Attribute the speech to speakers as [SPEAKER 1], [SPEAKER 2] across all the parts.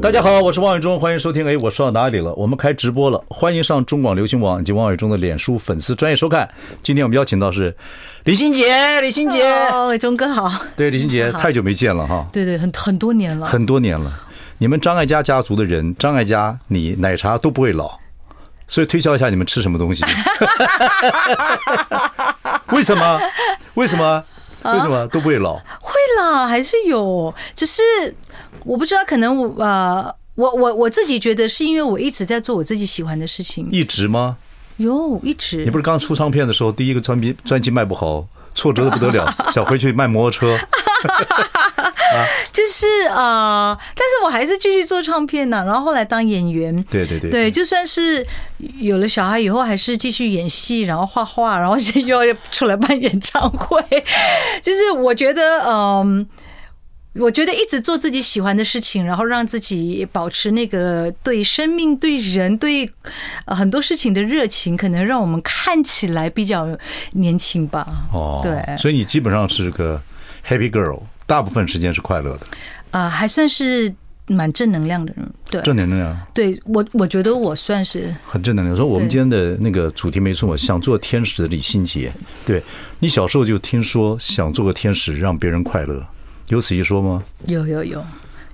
[SPEAKER 1] 大家好，我是王伟忠，欢迎收听。哎，我说到哪里了？我们开直播了，欢迎上中广流行网以及王伟忠的脸书粉丝专业收看。今天我们邀请到是李心洁，李心洁，
[SPEAKER 2] 哦，伟忠哥好。
[SPEAKER 1] 对，李心洁，太久没见了哈，
[SPEAKER 2] 对对，很很多年了。
[SPEAKER 1] 很多年了。你们张艾嘉家族的人，张艾嘉、你、奶茶都不会老，所以推销一下你们吃什么东西。为什么？为什么？为什么都不会老？
[SPEAKER 2] 会啦，还是有，只是我不知道，可能我呃，我我我自己觉得是因为我一直在做我自己喜欢的事情，
[SPEAKER 1] 一直吗？
[SPEAKER 2] 有一
[SPEAKER 1] 你
[SPEAKER 2] 直
[SPEAKER 1] 不是刚出唱片的时候，第一个专辑专辑卖不好，挫折的不得了，想回去卖摩托车。
[SPEAKER 2] 就是呃，但是我还是继续做唱片呢、然后后来当演员。
[SPEAKER 1] 对对对嗯
[SPEAKER 2] 对，就算是有了小孩以后，还是继续演戏，然后画画，然后现在又要出来办演唱会。 就是我觉得，嗯，我觉得一直做自己喜欢的事情，然后让自己保持那个对生命、对人、对呃很多事情的热情，可能让我们看起来比较年轻吧。
[SPEAKER 1] 哦，
[SPEAKER 2] 对
[SPEAKER 1] 所以你基本上是个 happy girl，大部分时间是快乐的，
[SPEAKER 2] 呃，还算是蛮正能量的人。对，
[SPEAKER 1] 正能量，
[SPEAKER 2] 对我我觉得我算是
[SPEAKER 1] 很正能量。说我们
[SPEAKER 2] 对
[SPEAKER 1] 今天的那个主题没错，想做天使的李心洁。对你小时候就听说想做个天使，让别人快乐，有此一说吗？
[SPEAKER 2] 有有有。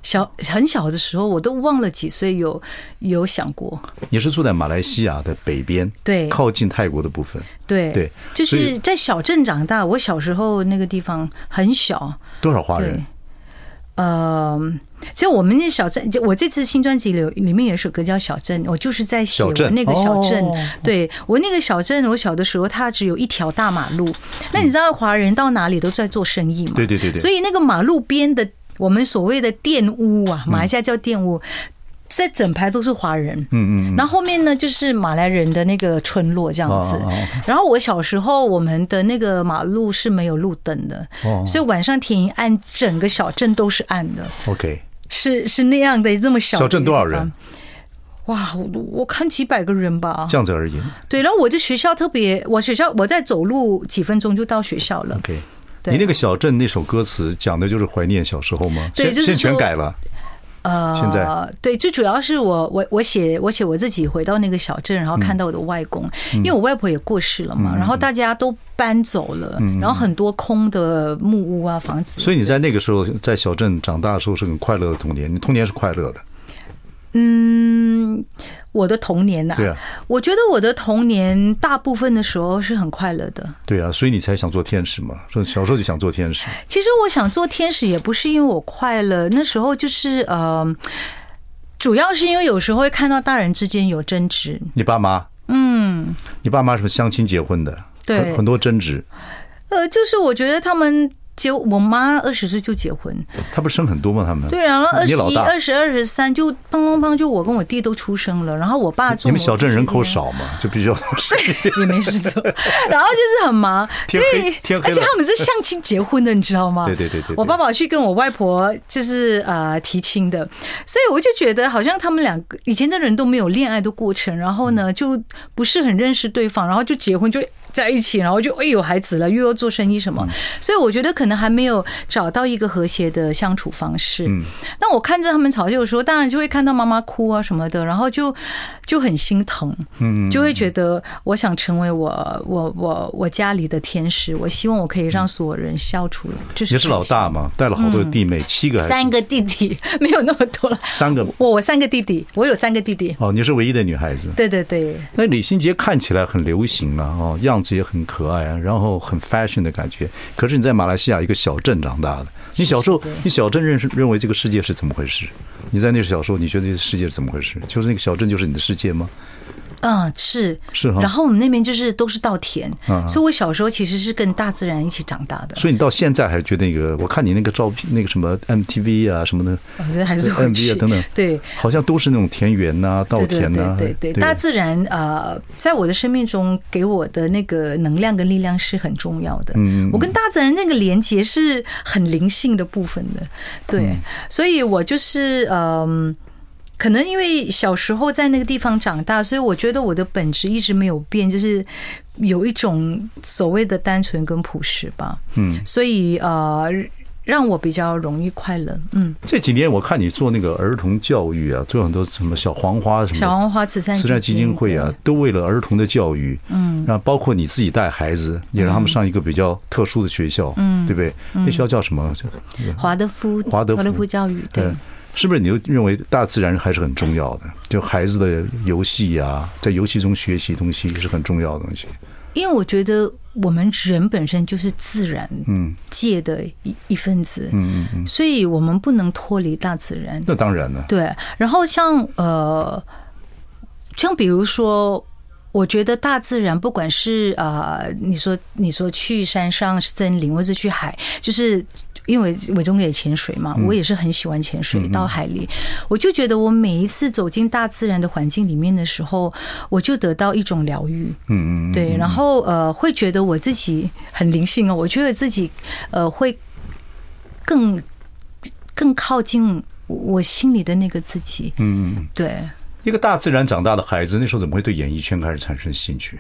[SPEAKER 2] 小很小的时候，我都忘了几岁有有想过，
[SPEAKER 1] 你是住在马来西亚的北边，
[SPEAKER 2] 对
[SPEAKER 1] 靠近泰国的部分，
[SPEAKER 2] 对
[SPEAKER 1] 对
[SPEAKER 2] 就
[SPEAKER 1] 所以
[SPEAKER 2] 是在小镇长大。我小时候那个地方很小，
[SPEAKER 1] 多少华人
[SPEAKER 2] 对？，呃，其实我们那小镇，就我这次新专辑里里面有一首歌叫《小镇》，我就是在写
[SPEAKER 1] 小
[SPEAKER 2] 我
[SPEAKER 1] 镇
[SPEAKER 2] 那个小镇。
[SPEAKER 1] 哦
[SPEAKER 2] 对我那个小镇，我小的时候它只有一条大马路。那你知道华人到哪里都在做生意嘛？
[SPEAKER 1] 嗯对对对对
[SPEAKER 2] 所以那个马路边的我们所谓的店屋啊，
[SPEAKER 1] 嗯
[SPEAKER 2] 马来西亚叫店屋。在整排都是华人，嗯嗯，然后后面呢就是马来人的那个村落这样子，
[SPEAKER 1] 哦哦哦
[SPEAKER 2] 然后我小时候，我们的那个马路是没有路灯的，
[SPEAKER 1] 哦
[SPEAKER 2] 所以晚上天一暗，整个小镇都是暗的，
[SPEAKER 1] OK，
[SPEAKER 2] 是是那样的这么小。
[SPEAKER 1] 小镇多少人？？
[SPEAKER 2] 哇，我我看几百个人吧。
[SPEAKER 1] 这样子而已。
[SPEAKER 2] 对，然后我就学校特别，我学校我在走路几分钟就到学校了。
[SPEAKER 1] OK，
[SPEAKER 2] 对
[SPEAKER 1] 你那个小镇那首歌词讲的就是怀念小时候吗？
[SPEAKER 2] 对
[SPEAKER 1] 现
[SPEAKER 2] 就是
[SPEAKER 1] 现在全
[SPEAKER 2] 说
[SPEAKER 1] 改了。
[SPEAKER 2] 呃，
[SPEAKER 1] 现在
[SPEAKER 2] 对，最主要是我我我写我写我自己回到那个小镇，然后看到我的外公，
[SPEAKER 1] 嗯
[SPEAKER 2] 因为我外婆也过世了嘛，然后大家都搬走了，然后很多空的木屋啊房
[SPEAKER 1] 嗯
[SPEAKER 2] 子，
[SPEAKER 1] 所以你在那个时候在小镇长大的时候是很快乐的童年，你童年是快乐的。
[SPEAKER 2] 嗯，我的童年呐、
[SPEAKER 1] 对啊，
[SPEAKER 2] 我觉得我的童年大部分的时候是很快乐的。
[SPEAKER 1] 对啊，所以你才想做天使嘛？说小时候就想做天使，
[SPEAKER 2] 其实我想做天使，也不是因为我快乐，那时候就是呃，主要是因为有时候会看到大人之间有争执，
[SPEAKER 1] 你爸妈，嗯，你爸妈是不是相亲结婚的？
[SPEAKER 2] 对
[SPEAKER 1] 很很多争执。
[SPEAKER 2] 呃，就是我觉得他们结，我妈二十岁就结婚，
[SPEAKER 1] 他不是生很多吗？他们
[SPEAKER 2] 对，然后二
[SPEAKER 1] 你
[SPEAKER 2] 十
[SPEAKER 1] 老
[SPEAKER 2] 一、
[SPEAKER 1] 大
[SPEAKER 2] 二十二、十三就砰砰砰，就我跟我弟都出生了，然后我啊爸做
[SPEAKER 1] 你们
[SPEAKER 2] 某
[SPEAKER 1] 小镇人口
[SPEAKER 2] 些事情
[SPEAKER 1] 少嘛，就必须要
[SPEAKER 2] 也没事做，然后就是很忙，
[SPEAKER 1] 天
[SPEAKER 2] 所
[SPEAKER 1] 黑
[SPEAKER 2] 以
[SPEAKER 1] 天黑
[SPEAKER 2] 而且
[SPEAKER 1] 了
[SPEAKER 2] 他们是相亲结婚的，你知道吗？
[SPEAKER 1] 对对对对对
[SPEAKER 2] 我爸爸去跟我外婆就是呃提亲的，所以我就觉得好像他们两个以前的人都没有恋爱的过程，然后
[SPEAKER 1] 嗯
[SPEAKER 2] 呢就不是很认识对方，然后就结婚就。在一起，然后就哎有孩子了，又要做生意什
[SPEAKER 1] 嗯
[SPEAKER 2] 么，所以我觉得可能还没有找到一个和谐的相处方式。嗯，那我看着他们吵架的时候，当然就会看到妈妈哭啊什么的，然后就就很心疼。
[SPEAKER 1] 嗯
[SPEAKER 2] 就会觉得我想成为我我我我家里的天使，我希望我可以让所有人消除，就是
[SPEAKER 1] 嗯也是老大嘛，带了好多弟妹，七个还是
[SPEAKER 2] 嗯三个弟弟，没有那么多了。
[SPEAKER 1] 三个
[SPEAKER 2] 我我三个弟弟，我有三个弟弟。
[SPEAKER 1] 哦，你是唯一的女孩子。
[SPEAKER 2] 对对对，
[SPEAKER 1] 那李心洁看起来很流行啊，哦，样子也很可爱啊，然后很 fashion 的感觉。可是你在马来西亚一个小镇长大的，你小时候
[SPEAKER 2] 是的，
[SPEAKER 1] 你小镇认识认为这个世界是怎么回事？你在那个小时候，你觉得这个世界是怎么回事？就是那个小镇就是你的世界吗？
[SPEAKER 2] 嗯，是
[SPEAKER 1] 是哈
[SPEAKER 2] 然后我们那边就是都是稻田，
[SPEAKER 1] 嗯
[SPEAKER 2] 所以我小时候其实是跟大自然一起长大的。
[SPEAKER 1] 所以你到现在还觉得那个，我看你那个照片，那个什么 MTV 啊什么的，
[SPEAKER 2] 我觉得还是回
[SPEAKER 1] MV
[SPEAKER 2] 去
[SPEAKER 1] 啊等等
[SPEAKER 2] 对。
[SPEAKER 1] 好像都是那种田园呐、稻
[SPEAKER 2] 对对
[SPEAKER 1] 田呐、
[SPEAKER 2] 对对对，大自然呃，在我的生命中给我的那个能量跟力量是很重要的。
[SPEAKER 1] 嗯
[SPEAKER 2] 我跟大自然那个连接是很灵性的部分的，对，
[SPEAKER 1] 嗯
[SPEAKER 2] 所以我就是嗯、可能因为小时候在那个地方长大，所以我觉得我的本质一直没有变，就是有一种所谓的单纯跟朴实吧。
[SPEAKER 1] 嗯，
[SPEAKER 2] 所以呃，让我比较容易快乐。嗯，
[SPEAKER 1] 这几年我看你做那个儿童教育啊，做很多什么小黄花什么的
[SPEAKER 2] 小黄花慈善
[SPEAKER 1] 慈善基金会啊，都为了儿童的教育，嗯，然后包括你自己带孩子，也让他们上一个比较特殊的学校，嗯，对不对？那学校叫什么？
[SPEAKER 2] 对，华德福
[SPEAKER 1] 华德福
[SPEAKER 2] 教育对。
[SPEAKER 1] 呃，是不是你就认为大自然还是很重要的？就孩子的游戏啊，在游戏中学习东西是很重要的东西。
[SPEAKER 2] 因为我觉得我们人本身就是自然
[SPEAKER 1] 嗯
[SPEAKER 2] 界的一一份子，
[SPEAKER 1] 嗯嗯嗯，
[SPEAKER 2] 所以我们不能脱离大自然。
[SPEAKER 1] 那当然了。
[SPEAKER 2] 对，然后像呃，像比如说。我觉得大自然，不管是呃，你说你说去山上、森林，或是去海，就是因为我中也潜水嘛，
[SPEAKER 1] 嗯
[SPEAKER 2] 我也是很喜欢潜水。到海里，我就觉得我每一次走进大自然的环境里面的时候，我就得到一种疗愈。
[SPEAKER 1] 嗯嗯，
[SPEAKER 2] 对，然后呃，会觉得我自己很灵性哦，我觉得自己呃会更更靠近我心里的那个自己。
[SPEAKER 1] 嗯嗯，
[SPEAKER 2] 对
[SPEAKER 1] 一个大自然长大的孩子，那时候怎么会对演艺圈开始产生兴趣？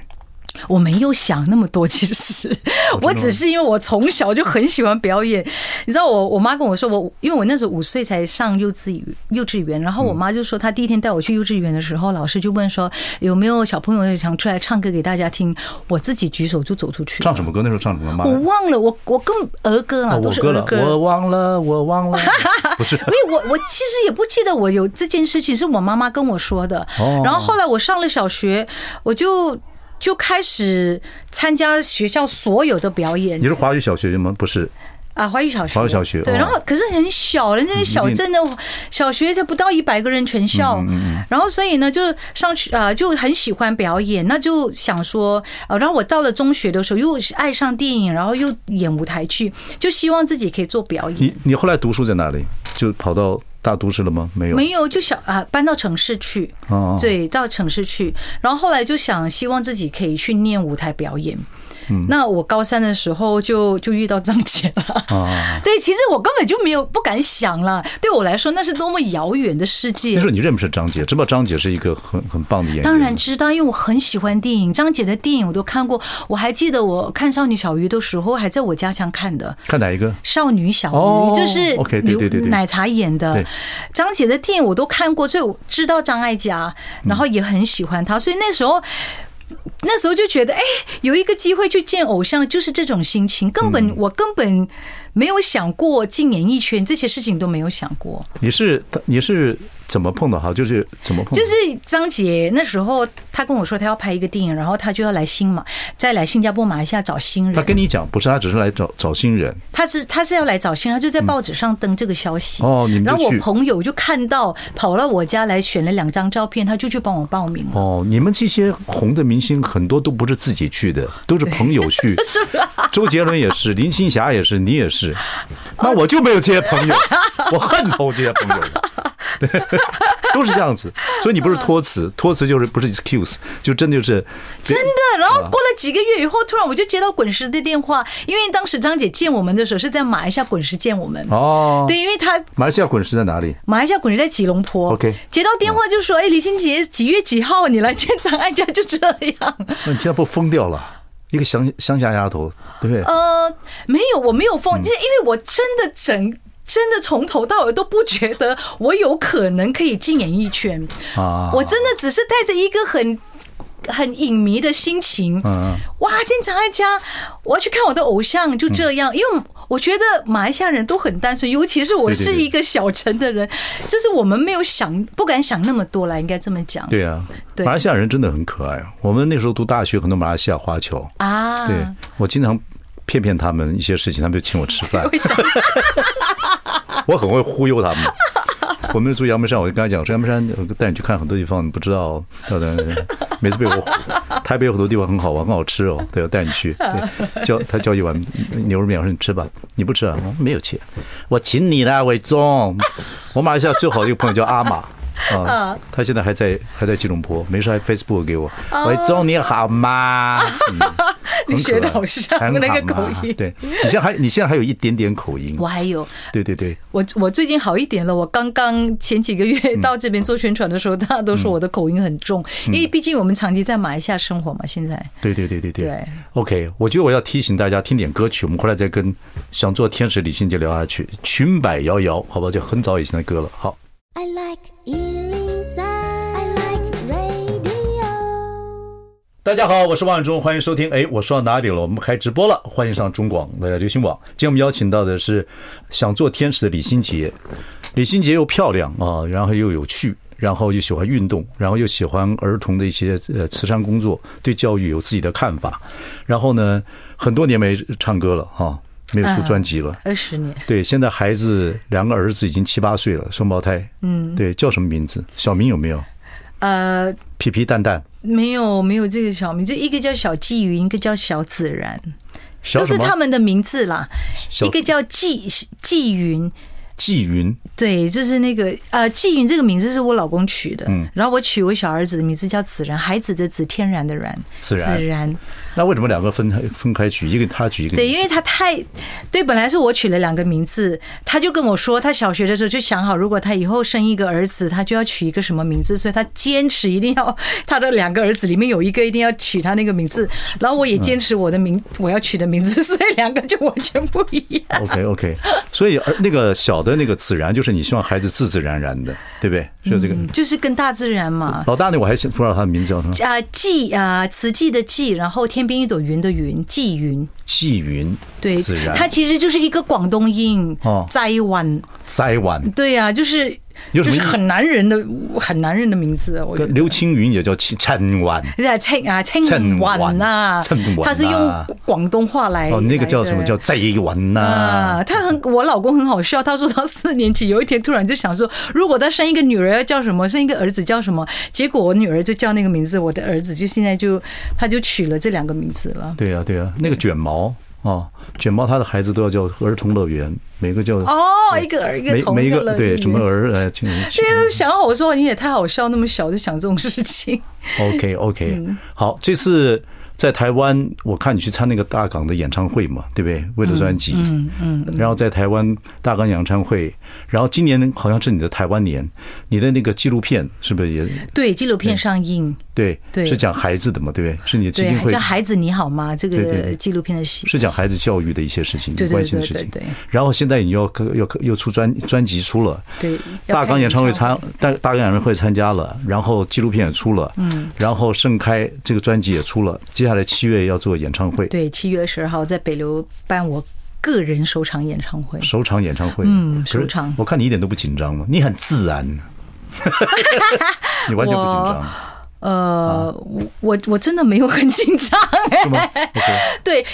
[SPEAKER 2] 我没有想那么多，其实我只是因为我从小就很喜欢表演。你知道我我妈跟我说，我因为我那时候五岁才上幼稚园幼稚园，
[SPEAKER 1] 嗯
[SPEAKER 2] 然后我妈就说，她第一天带我去幼稚园的时候，老师就问说有没有小朋友想出来唱歌给大家听，我自己举手就走出去了。
[SPEAKER 1] 唱什么歌？那时候唱什么？妈
[SPEAKER 2] 我忘了，我我跟儿歌
[SPEAKER 1] 啊，
[SPEAKER 2] 啦，都
[SPEAKER 1] 我
[SPEAKER 2] 是
[SPEAKER 1] 歌
[SPEAKER 2] 儿
[SPEAKER 1] 了，我忘了，我忘 了，不是。
[SPEAKER 2] 因为我我其实也不记得我有这件事情是我妈妈跟我说的，
[SPEAKER 1] 哦
[SPEAKER 2] 然后后来我上了小学，我就就开始参加学校所有的表演
[SPEAKER 1] 你是华语小学吗？不是，
[SPEAKER 2] 啊，华语小学，
[SPEAKER 1] 华语小学
[SPEAKER 2] 对，
[SPEAKER 1] 哦
[SPEAKER 2] 然后可是很小，人家那小镇的小学才不到一百个人全校，
[SPEAKER 1] 嗯
[SPEAKER 2] 然后所以呢，就上去啊、呃就很喜欢表演，那就想说，呃，然后我到了中学的时候，又爱上电影，然后又演舞台剧，就希望自己可以做表演。
[SPEAKER 1] 你你后来读书在哪里？就跑到大都市了吗？没有，
[SPEAKER 2] 没有，就想啊，搬到城市去，
[SPEAKER 1] 哦
[SPEAKER 2] 对，到城市去。然后后来就想，希望自己可以去念舞台表演。那我高三的时候就就遇到张姐了。
[SPEAKER 1] 啊。
[SPEAKER 2] 对，其实我根本就没有不敢想了，对我来说那是多么遥远的世界
[SPEAKER 1] 那时。候你认不识张姐，知不知道张姐是一个很很棒的演员？
[SPEAKER 2] 当然知道，因为我很喜欢电影，张姐的电影我都看过。我还记得我看《少女小鱼》的时候，还在我家乡看的。
[SPEAKER 1] 看哪一个？
[SPEAKER 2] 少女小鱼，
[SPEAKER 1] 哦
[SPEAKER 2] 就是
[SPEAKER 1] ，OK，对
[SPEAKER 2] 刘
[SPEAKER 1] 对对对
[SPEAKER 2] 奶茶演的
[SPEAKER 1] 对。
[SPEAKER 2] 张姐的电影我都看过，所以我知道张艾嘉，
[SPEAKER 1] 嗯
[SPEAKER 2] 然后也很喜欢她，所以那时候。那时候就觉得，哎、有一个机会去见偶像，就是这种心情。根
[SPEAKER 1] 嗯
[SPEAKER 2] 本、我根本没有想过进演艺圈，这些事情都没有想过。
[SPEAKER 1] 你是你是怎么碰到她？就是怎么碰到？
[SPEAKER 2] 就是张杰那时候，他跟我说他要拍一个电影，然后他就要来新马，再来新加坡、马来西亚找新
[SPEAKER 1] 她
[SPEAKER 2] 人。
[SPEAKER 1] 跟你讲，不是她只是来找找新人，
[SPEAKER 2] 他是他是要来找新人，他就在报纸上登这个消
[SPEAKER 1] 嗯
[SPEAKER 2] 息。
[SPEAKER 1] 哦你们就
[SPEAKER 2] 然后我
[SPEAKER 1] 去
[SPEAKER 2] 朋友就看到，跑到我家来选了两张照片，他就去帮我报名了。
[SPEAKER 1] 哦，你们这些红的明星很多都不是自己去的，都是朋友去。
[SPEAKER 2] 是吧？
[SPEAKER 1] 周杰伦也是，林青霞也是，你也 是，
[SPEAKER 2] 哦
[SPEAKER 1] 那我就没有这些朋友， 我恨透这些朋友了。对， 都是这样子，所以你不是托词，托词就是不是 excuse，就真的就是
[SPEAKER 2] 嗯真的。然后
[SPEAKER 1] 啊
[SPEAKER 2] 过了几个月以后，突然我就接到滚石的电话，因为当时张姐见我们的时候是在马来西亚滚石见我们。
[SPEAKER 1] 哦。
[SPEAKER 2] 对，因为她
[SPEAKER 1] 马来西亚滚石在哪里？
[SPEAKER 2] 马来西亚滚石在吉隆坡
[SPEAKER 1] OK
[SPEAKER 2] 接到电话就说：“哎，李心洁几月几号你来见张艾嘉？”就这样。
[SPEAKER 1] 那你听到不疯掉了？一个乡乡下丫头，对不对？
[SPEAKER 2] 呃，没有，我没有疯，
[SPEAKER 1] 嗯
[SPEAKER 2] 因为我真的整。真的从头到尾都不觉得我有可能可以进演艺圈，
[SPEAKER 1] 啊，
[SPEAKER 2] 我真的只是带着一个很很影迷的心情，
[SPEAKER 1] 嗯
[SPEAKER 2] 哇，经常在家，我要去看我的偶像，就这
[SPEAKER 1] 嗯
[SPEAKER 2] 样，因为我觉得马来西亚人都很单纯，尤其是我
[SPEAKER 1] 对对对
[SPEAKER 2] 是一个小城的人，就是我们没有想不敢想那么多啦，应该这么讲
[SPEAKER 1] 对啊，
[SPEAKER 2] 对
[SPEAKER 1] 马来西亚人真的很可爱。我们那时候读大学，很多马来西亚华侨，
[SPEAKER 2] 啊。
[SPEAKER 1] 对我经常骗骗他们一些事情，他们就请我吃 饭。
[SPEAKER 2] 为啥？
[SPEAKER 1] 我很会忽悠他们。 我们住阳明山，我就跟他讲说，阳明山我带你去看很多地方，你不知道。对对对每次被我 唬。台北有很多地方很好玩，很好吃哦，对，我带你去。对叫他叫一碗牛肉面，我说你吃吧，你不吃啊？我没有钱，我请你啦，伟忠。我马来西亚最好的一个朋友叫阿玛。啊，
[SPEAKER 2] 嗯
[SPEAKER 1] 他现在还在还在吉隆坡，没事还 Facebook 给我，伟忠你好吗？嗯
[SPEAKER 2] 你
[SPEAKER 1] 很可
[SPEAKER 2] 学的
[SPEAKER 1] 爱
[SPEAKER 2] 好像
[SPEAKER 1] 很
[SPEAKER 2] 那个
[SPEAKER 1] 好嘛
[SPEAKER 2] 口音
[SPEAKER 1] 对你现在还你现在还有一点点口音
[SPEAKER 2] 我，还有，
[SPEAKER 1] 对对对，
[SPEAKER 2] 我我最近好一点了。我刚刚前几个月
[SPEAKER 1] 嗯
[SPEAKER 2] 到这边做宣传的时候，大家都说我的口音很重，因为毕竟我们长期在马来西亚生活嘛。现在
[SPEAKER 1] 对对对对对。
[SPEAKER 2] 对
[SPEAKER 1] OK，我觉得我要提醒大家听点歌曲，我们回来再跟想做天使李心洁聊下去。裙摆摇摇，好吧，就很早以前的歌了。好，
[SPEAKER 3] I like Ealing Sound. I like radio.
[SPEAKER 1] 大家好，我是王永忠，欢迎收听。哎，我说到哪里了？我们开直播了，欢迎上中广的流行网。今天我们邀请到的是想做天使的李心洁，李心洁又漂亮啊，然后又有趣。然后又喜欢运动，然后又喜欢儿童的一些呃慈善工作，对教育有自己的看法。然后呢，很多年没唱歌了哈、没有出
[SPEAKER 2] 啊
[SPEAKER 1] 专辑了。
[SPEAKER 2] 二十年，
[SPEAKER 1] 对，现在孩子两个儿子已经七八岁了，双胞胎。嗯，对，叫什么名字？小名有没有？
[SPEAKER 2] 呃，
[SPEAKER 1] 皮皮蛋蛋，
[SPEAKER 2] 没有没有这个小名，就一个叫小纪云，一个叫小子然，
[SPEAKER 1] 小
[SPEAKER 2] 都
[SPEAKER 1] 什
[SPEAKER 2] 是
[SPEAKER 1] 么？
[SPEAKER 2] 他们的名字啦。
[SPEAKER 1] 小
[SPEAKER 2] 一个叫纪纪云，
[SPEAKER 1] 纪云，
[SPEAKER 2] 对，就是那个呃，纪云这个名字是我老公取的，
[SPEAKER 1] 嗯
[SPEAKER 2] 然后我取我小儿子的名字叫子然，孩子的子，天然的然，
[SPEAKER 1] 子然
[SPEAKER 2] 子然，
[SPEAKER 1] 那为什么两个分开分开取？一个他取，一个
[SPEAKER 2] 对，
[SPEAKER 1] 你
[SPEAKER 2] 因为他太对，本来是我取了两个名字，他就跟我说，他小学的时候就想好，如果他以后生一个儿子，他就要取一个什么名字，所以他坚持一定要他的两个儿子里面有一个一定要取他那个名字， 然后我也坚持我的名、我要取的名字，所以两个就完全不一样。
[SPEAKER 1] OK OK，所以而那个小的那个自然，就是你希望孩子自自然然的，对不对？是这个。
[SPEAKER 2] 嗯就是跟大自然嘛。
[SPEAKER 1] 老大那我还想不知道他的名字叫什么，
[SPEAKER 2] 啊，季啊，慈济的季，然后天边一朵云的云，季云，
[SPEAKER 1] 纪云，
[SPEAKER 2] 对
[SPEAKER 1] 自，然，
[SPEAKER 2] 它其实就是一个广东音
[SPEAKER 1] 哦，
[SPEAKER 2] 在湾，
[SPEAKER 1] 栽完。
[SPEAKER 2] 对呀、就是
[SPEAKER 1] 有
[SPEAKER 2] 就
[SPEAKER 1] 什么
[SPEAKER 2] 是
[SPEAKER 1] 意
[SPEAKER 2] 很男人的很男人的名字啊，我觉得。
[SPEAKER 1] 刘青云也叫青灿婉，
[SPEAKER 2] 对啊，称啊，称
[SPEAKER 1] 称
[SPEAKER 2] 碗呐
[SPEAKER 1] 称碗，啊
[SPEAKER 2] 他是用广东话来
[SPEAKER 1] 哦，那个叫什么
[SPEAKER 2] 来的
[SPEAKER 1] 叫栽婉呐？
[SPEAKER 2] 啊，他很，我老公很好笑，他说他四年级有一天突然就想说，如果他生一个女儿要叫什么，生一个儿子叫什么，结果我女儿就叫那个名字，我的儿子就现在就他就取了这两个名字 了。
[SPEAKER 1] 对呀、啊对呀、那个卷毛啊，卷毛他的孩子都要叫儿童乐园，每个叫
[SPEAKER 2] 哦，一个儿一个
[SPEAKER 1] 每
[SPEAKER 2] 同
[SPEAKER 1] 每一
[SPEAKER 2] 个了，
[SPEAKER 1] 对什么。儿呃，请
[SPEAKER 2] 这些都想好，我说你也太好笑，那么小就想这种事 情。
[SPEAKER 1] OK
[SPEAKER 2] 啊
[SPEAKER 1] OK，好，这次在台湾，我看你去参那个大港的演唱会嘛，对不对？为了专辑，嗯嗯，然后在台湾大港演唱会，然后今年好像是你的台湾年，你的那个纪录片是不是也
[SPEAKER 2] 对，纪录片上映，
[SPEAKER 1] 对？
[SPEAKER 2] 对
[SPEAKER 1] 是讲孩子的嘛，对不对？是你的基
[SPEAKER 2] 对
[SPEAKER 1] 金，会
[SPEAKER 2] 叫《孩子你好吗》这
[SPEAKER 1] 对对
[SPEAKER 2] 个
[SPEAKER 1] 对
[SPEAKER 2] 纪录片的戏，
[SPEAKER 1] 是讲孩子教育的一些事情，你
[SPEAKER 2] 对对
[SPEAKER 1] 关心的
[SPEAKER 2] 对
[SPEAKER 1] 事
[SPEAKER 2] 对
[SPEAKER 1] 情。
[SPEAKER 2] 对
[SPEAKER 1] 然后现在你要又又出专专辑出了，
[SPEAKER 2] 对。要
[SPEAKER 1] 大
[SPEAKER 2] 拍
[SPEAKER 1] 纲演唱会
[SPEAKER 2] 场
[SPEAKER 1] 参大大纲演唱会参加了，然后纪录片也出了，嗯，然后盛开这个专辑也出了，接下来七月要做演唱会，
[SPEAKER 2] 对，七月十二号在北流办我个人首场演唱会。
[SPEAKER 1] 首场演唱会，
[SPEAKER 2] 嗯
[SPEAKER 1] 可是
[SPEAKER 2] 首场
[SPEAKER 1] 我看你一点都不紧张嘛，你很自 然，你完全不紧张，
[SPEAKER 2] 呃，我我我真的没有很紧张、
[SPEAKER 1] 啊
[SPEAKER 2] 哎
[SPEAKER 1] 是吗？OK，
[SPEAKER 2] 对，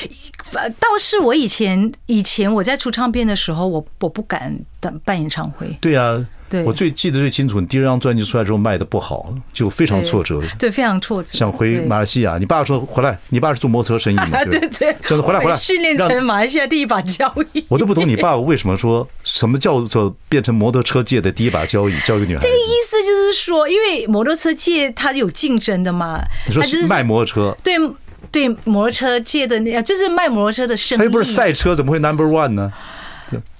[SPEAKER 2] 反倒是我以前以前我在出唱片的时候，我我不敢办办演唱会，
[SPEAKER 1] 对啊，
[SPEAKER 2] 对
[SPEAKER 1] 我最记得最清楚，你第一张专辑出来之后卖的不好，就非常
[SPEAKER 2] 对
[SPEAKER 1] 挫折，
[SPEAKER 2] 对，非常挫折。
[SPEAKER 1] 想回
[SPEAKER 2] 对
[SPEAKER 1] 马来西亚，你爸说回来，你爸是做摩托车生意 嘛，
[SPEAKER 2] 啊，
[SPEAKER 1] 对
[SPEAKER 2] 对
[SPEAKER 1] 不
[SPEAKER 2] 对，
[SPEAKER 1] 就是回来回来，
[SPEAKER 2] 训练
[SPEAKER 1] 让
[SPEAKER 2] 成马来西亚第一把交椅。
[SPEAKER 1] 我都不懂你爸为什么说什么叫做变成摩托车界的第一把交椅，教育女孩子。
[SPEAKER 2] 意思就是说，因为摩托车界它有竞争的嘛，
[SPEAKER 1] 你
[SPEAKER 2] 它
[SPEAKER 1] 说
[SPEAKER 2] 啊就是
[SPEAKER 1] 卖摩托车，
[SPEAKER 2] 对对摩托车界的那，呃就是卖摩托车的生意，
[SPEAKER 1] 他又不是赛车，怎么会 number one 呢？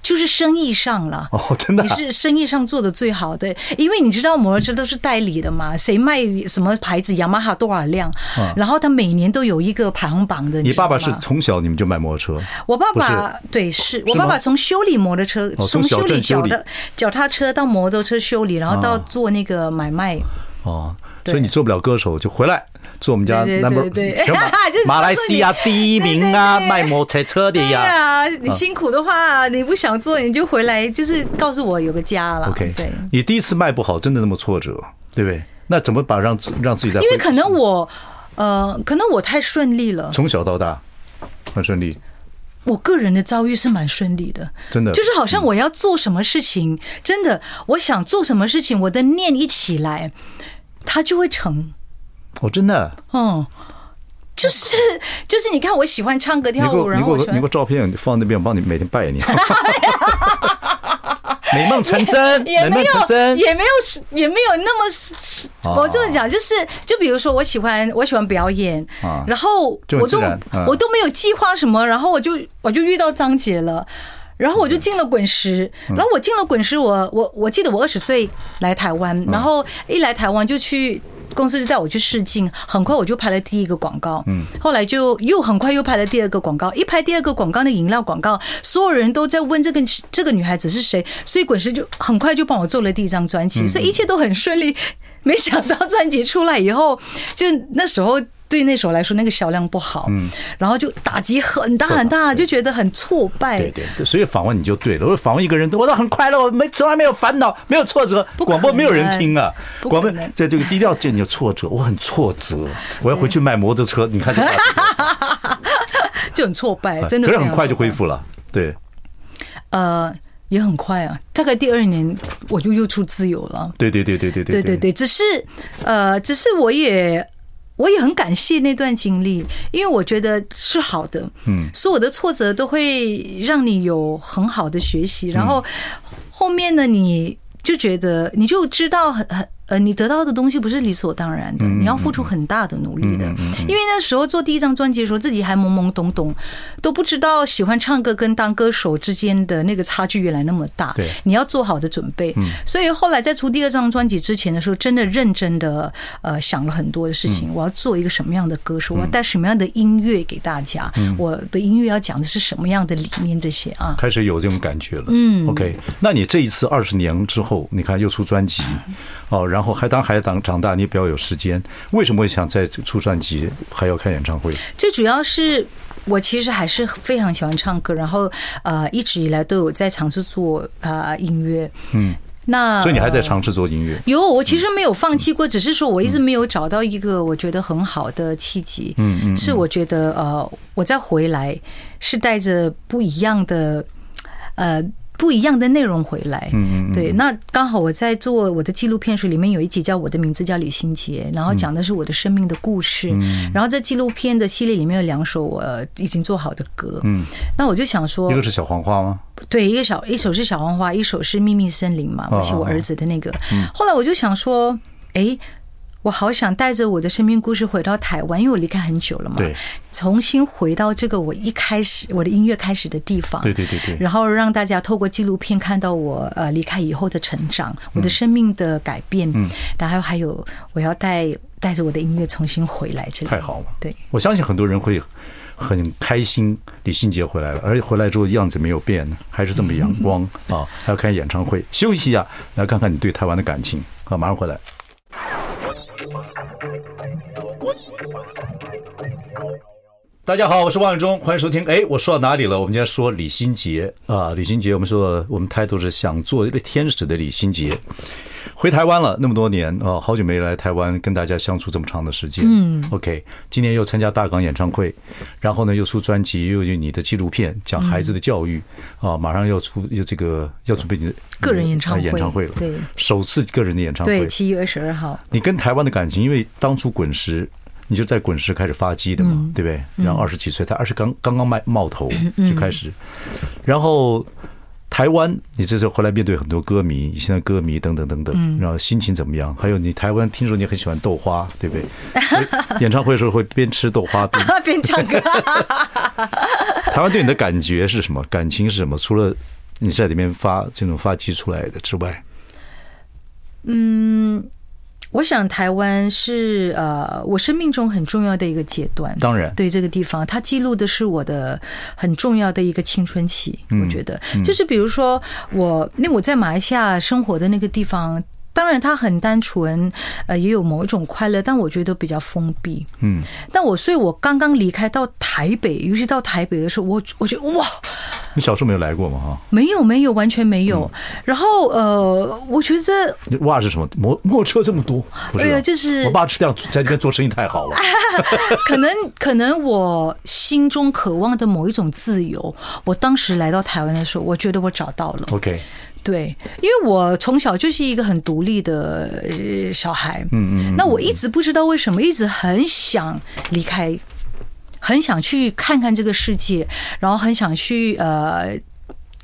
[SPEAKER 2] 就是生意上了。
[SPEAKER 1] 哦，真的啊、
[SPEAKER 2] 你是生意上做的最好的，因为你知道摩托车都是代理的嘛，谁卖什么牌子，雅马哈多少辆，然后他每年都有一个排行榜的。
[SPEAKER 1] 啊你
[SPEAKER 2] 知道
[SPEAKER 1] 爸
[SPEAKER 2] 吗
[SPEAKER 1] 爸是从小你们就卖摩托车，
[SPEAKER 2] 我爸
[SPEAKER 1] 不
[SPEAKER 2] 爸对，是我
[SPEAKER 1] 是吗
[SPEAKER 2] 爸爸从修理摩托车，
[SPEAKER 1] 哦从
[SPEAKER 2] 从
[SPEAKER 1] 小
[SPEAKER 2] 修理
[SPEAKER 1] 镇修
[SPEAKER 2] 脚
[SPEAKER 1] 理啊
[SPEAKER 2] 的脚踏车到摩托车修理，然后到做那个买卖。
[SPEAKER 1] 哦，
[SPEAKER 2] 对
[SPEAKER 1] 所以你做不了歌手，就回来做我们家
[SPEAKER 2] 对对
[SPEAKER 1] number
[SPEAKER 2] 对 对
[SPEAKER 1] 全马
[SPEAKER 2] 就是告诉你
[SPEAKER 1] 马来西亚第一名啊，
[SPEAKER 2] 对对对
[SPEAKER 1] 卖摩托车的
[SPEAKER 2] 对
[SPEAKER 1] 呀。
[SPEAKER 2] 呀，啊你辛苦的话，你不想做，你就回来，就是告诉我有个家了。
[SPEAKER 1] OK，
[SPEAKER 2] 对。
[SPEAKER 1] 你第一次卖不好，真的那么挫折，对不对？那怎么把让自让自己在
[SPEAKER 2] 因为可能我，呃，可能我太顺利了。
[SPEAKER 1] 从小到大很顺利，
[SPEAKER 2] 我个人的遭遇是蛮顺利的，
[SPEAKER 1] 真的
[SPEAKER 2] 就是好像我要做什么事情，真的，我想做什么事情，我的念一起来，它就会成。
[SPEAKER 1] 哦，真的，
[SPEAKER 2] 嗯，就是就是，你看我喜欢唱歌
[SPEAKER 1] 你
[SPEAKER 2] 跳
[SPEAKER 1] 给
[SPEAKER 2] 舞，
[SPEAKER 1] 我你
[SPEAKER 2] 然
[SPEAKER 1] 给
[SPEAKER 2] 后我
[SPEAKER 1] 我
[SPEAKER 2] 喜
[SPEAKER 1] 你给
[SPEAKER 2] 欢
[SPEAKER 1] 我照片放那边，我帮你每天拜你。 美梦成真，
[SPEAKER 2] 也
[SPEAKER 1] 美
[SPEAKER 2] 没
[SPEAKER 1] 梦成
[SPEAKER 2] 有，
[SPEAKER 1] 真。
[SPEAKER 2] 也没有是，也没有那么是，是
[SPEAKER 1] 哦
[SPEAKER 2] 我这么讲就是，就比如说我喜欢我喜欢表演
[SPEAKER 1] 啊，
[SPEAKER 2] 然后
[SPEAKER 1] 就很
[SPEAKER 2] 我
[SPEAKER 1] 自
[SPEAKER 2] 都
[SPEAKER 1] 然嗯
[SPEAKER 2] 我都没有计划什么，然后我就我就遇到张杰了。然后我就进了滚石，
[SPEAKER 1] 嗯
[SPEAKER 2] 然后我进了滚石，我我我记得我二十岁来台湾，
[SPEAKER 1] 嗯
[SPEAKER 2] 然后一来台湾就去公司就带我去试镜，很快我就拍了第一个广告，嗯，后来就又很快又拍了第二个广告，一拍第二个广告的饮料广告，所有人都在问这个这个女孩子是谁，所以滚石就很快就帮我做了第一张专
[SPEAKER 1] 嗯
[SPEAKER 2] 辑，所以一切都很顺利。 没想到专辑出来以后，就那时候对那首来说那个销量不好，嗯，然后就打击很大很大，就觉得很挫败，
[SPEAKER 1] 对对，所以访问你就对了。我访问一个人，我都很快乐，我没从来没有烦恼，没有挫折。
[SPEAKER 2] 不可
[SPEAKER 1] 广播没有人听啊，
[SPEAKER 2] 能
[SPEAKER 1] 广播
[SPEAKER 2] 不可能
[SPEAKER 1] 在这个低调见你就挫折，我很挫折，我要回去卖摩托车。你看 这话
[SPEAKER 2] 就很挫败，
[SPEAKER 1] 题，
[SPEAKER 2] 哎真的。
[SPEAKER 1] 可是很快就恢，复了。对，
[SPEAKER 2] 呃，也很快啊，大概第二年我就又出自由了。
[SPEAKER 1] 对对对对对
[SPEAKER 2] 对对对，只是呃，只是我也我也很感谢那段经历，因为我觉得是好的。嗯，所有的挫折都会让你有很好的学习，然后后面呢，你就觉得你就知道很很。呃，你得到的东西不是理所当然的，你要付出很大的努力的。因为那时候做第一张专辑的时候，自己还懵懵懂懂，都不知道喜欢唱歌跟当歌手之间的那个差距原来那么大。
[SPEAKER 1] 对
[SPEAKER 2] 你要做好的准备。
[SPEAKER 1] 嗯
[SPEAKER 2] 所以后来在出第二张专辑之前的时候，真的认真的呃想了很多的事
[SPEAKER 1] 嗯
[SPEAKER 2] 情，我要做一个什么样的歌手，我要带什么样的音乐给大家，
[SPEAKER 1] 嗯
[SPEAKER 2] 我的音乐要讲的是什么样的理念这些啊。
[SPEAKER 1] 开始有这种感觉了。嗯，OK，那你这一次二十年之后，你看又出专辑，哦，然后还当孩子长长大，你比较有时间，为什么会想再出专辑，还要开演唱会？
[SPEAKER 2] 最主要是我其实还是非常喜欢唱歌，然后呃一直以来都有在尝试做啊、呃音乐，嗯，那
[SPEAKER 1] 所以你还在尝试做音乐。
[SPEAKER 2] 有，我其实没有放弃过，只是说我一直没有找到一个我觉得很好的契机。嗯嗯，是我觉得呃，我再回来是带着不一样的呃。不一样的内容回来，嗯嗯，对，那刚好我在做我的纪录片时，里面有一集叫《我的名字叫李心洁》，然后讲的是我的生命的故事，然后在纪录片的系列里面有两首我已经做好的歌，嗯，那我就想说，
[SPEAKER 1] 一个是小黄花吗？
[SPEAKER 2] 对，一个小一首是小黄花，一首是秘密森林嘛，
[SPEAKER 1] 啊
[SPEAKER 2] 我写我儿子的那个。
[SPEAKER 1] 嗯
[SPEAKER 2] 后来我就想说，哎，我好想带着我的生命故事回到台湾，因为我离开很久了嘛，
[SPEAKER 1] 对，
[SPEAKER 2] 重新回到这个我一开始我的音乐开始的地方，
[SPEAKER 1] 对对对对。
[SPEAKER 2] 然后让大家透过纪录片看到我呃离开以后的成长，我
[SPEAKER 1] 嗯
[SPEAKER 2] 的生命的改变，嗯，然后还有我要带带着我的音乐重新回来这里，
[SPEAKER 1] 太好了
[SPEAKER 2] 对，
[SPEAKER 1] 我相信很多人会很开心，李心洁回来了，而且回来之后样子没有变，还是这么阳光
[SPEAKER 2] 嗯
[SPEAKER 1] 啊，还要开演唱会。休息一下，来看看你对台湾的感情啊，马上回来。大家好，我是王永忠，欢迎收听。哎，我说到哪里了？我们今天说李心洁啊，李心洁，我们说我们 title 是想做一个天使的李心洁。回台湾了那么多年啊、哦好久没来台湾跟大家相处这么长的时间。嗯，OK，今年又参加大港演唱会，然后呢又出专辑，又有你的纪录片讲孩子的教育啊、马上要出又这个要准备你的
[SPEAKER 2] 嗯个人演唱会
[SPEAKER 1] 呃演唱会了，
[SPEAKER 2] 对
[SPEAKER 1] 首次个人的演唱啊会，
[SPEAKER 2] 对，七月二十二号。
[SPEAKER 1] 你跟台湾的感情，因为当初滚石，你就在滚石开始发迹的嘛，对不对？然后二十几岁，他二十刚刚刚冒冒头就开始，然后台湾，你这次回来面对很多歌迷，你现在歌迷等等等等，然后心情怎么样？还有你台湾，听说你很喜欢豆花，对不对？所以演唱会的时候会边吃豆花边
[SPEAKER 2] 边唱歌，
[SPEAKER 1] 台湾对你的感觉是什么？感情是什么？除了你在里面发这种发迹出来的之外，
[SPEAKER 2] 我想台湾是呃我生命中很重要的一个阶段。
[SPEAKER 1] 当然
[SPEAKER 2] 对这个地方，它记录的是我的很重要的一个青春期。
[SPEAKER 1] 嗯
[SPEAKER 2] 我觉得，就是比如说我那我在马来西亚生活的那个地方。当然，它很单纯，呃，也有某一种快乐，但我觉得比较封闭。嗯，但我所以，我刚刚离开到台北，尤其到台北的时候，我我觉得哇，
[SPEAKER 1] 你小时候没有来过嘛？哈，
[SPEAKER 2] 没有没有，完全没有。
[SPEAKER 1] 嗯
[SPEAKER 2] 然后呃，我觉得
[SPEAKER 1] 你哇是什么？摩摩托车这么多？不知道
[SPEAKER 2] 哎呀就是啊
[SPEAKER 1] 我爸是这样在这边做生意太 好了。
[SPEAKER 2] 可能可能我心中渴望的某一种自由，我当时来到台湾的时候，我觉得我找到了。
[SPEAKER 1] OK，
[SPEAKER 2] 对，因为我从小就是一个很独立的呃小孩，
[SPEAKER 1] 嗯嗯
[SPEAKER 2] 那我一直不知道为什么，一直很想离开，很想去看看这个世界，然后很想去呃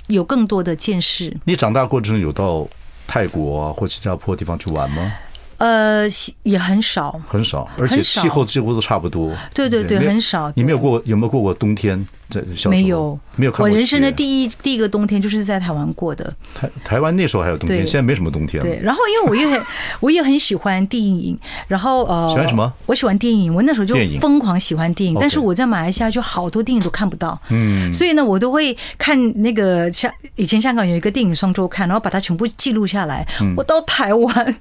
[SPEAKER 2] 有更多的见识。
[SPEAKER 1] 你长大过程中有到泰国啊或新加坡地方去玩吗？
[SPEAKER 2] 呃，也很少，
[SPEAKER 1] 很少，而且
[SPEAKER 2] 很少
[SPEAKER 1] 气候几乎都差不多。
[SPEAKER 2] 对对对
[SPEAKER 1] 没有
[SPEAKER 2] 很少
[SPEAKER 1] 你没有
[SPEAKER 2] 对
[SPEAKER 1] 过有没有过过冬天？在小时候
[SPEAKER 2] 没有，
[SPEAKER 1] 没有看过
[SPEAKER 2] 我
[SPEAKER 1] 雪。
[SPEAKER 2] 人生的第一第一个冬天就是在台湾过的。
[SPEAKER 1] 台台湾那时候还有冬天，
[SPEAKER 2] 对
[SPEAKER 1] 现在没什么冬天了。
[SPEAKER 2] 对，然后因为我 也很我也很喜欢电影，然后呃，
[SPEAKER 1] 喜欢什么？
[SPEAKER 2] 我喜欢电影，我那时候就
[SPEAKER 1] 电影
[SPEAKER 2] 疯狂喜欢电影，
[SPEAKER 1] OK
[SPEAKER 2] 但是我在马来西亚就好多电影都看不到，
[SPEAKER 1] 嗯，
[SPEAKER 2] 所以呢，我都会看那个香以前香港有一个电影双周刊，然后把它全部记录下来。
[SPEAKER 1] 嗯
[SPEAKER 2] 我到台湾，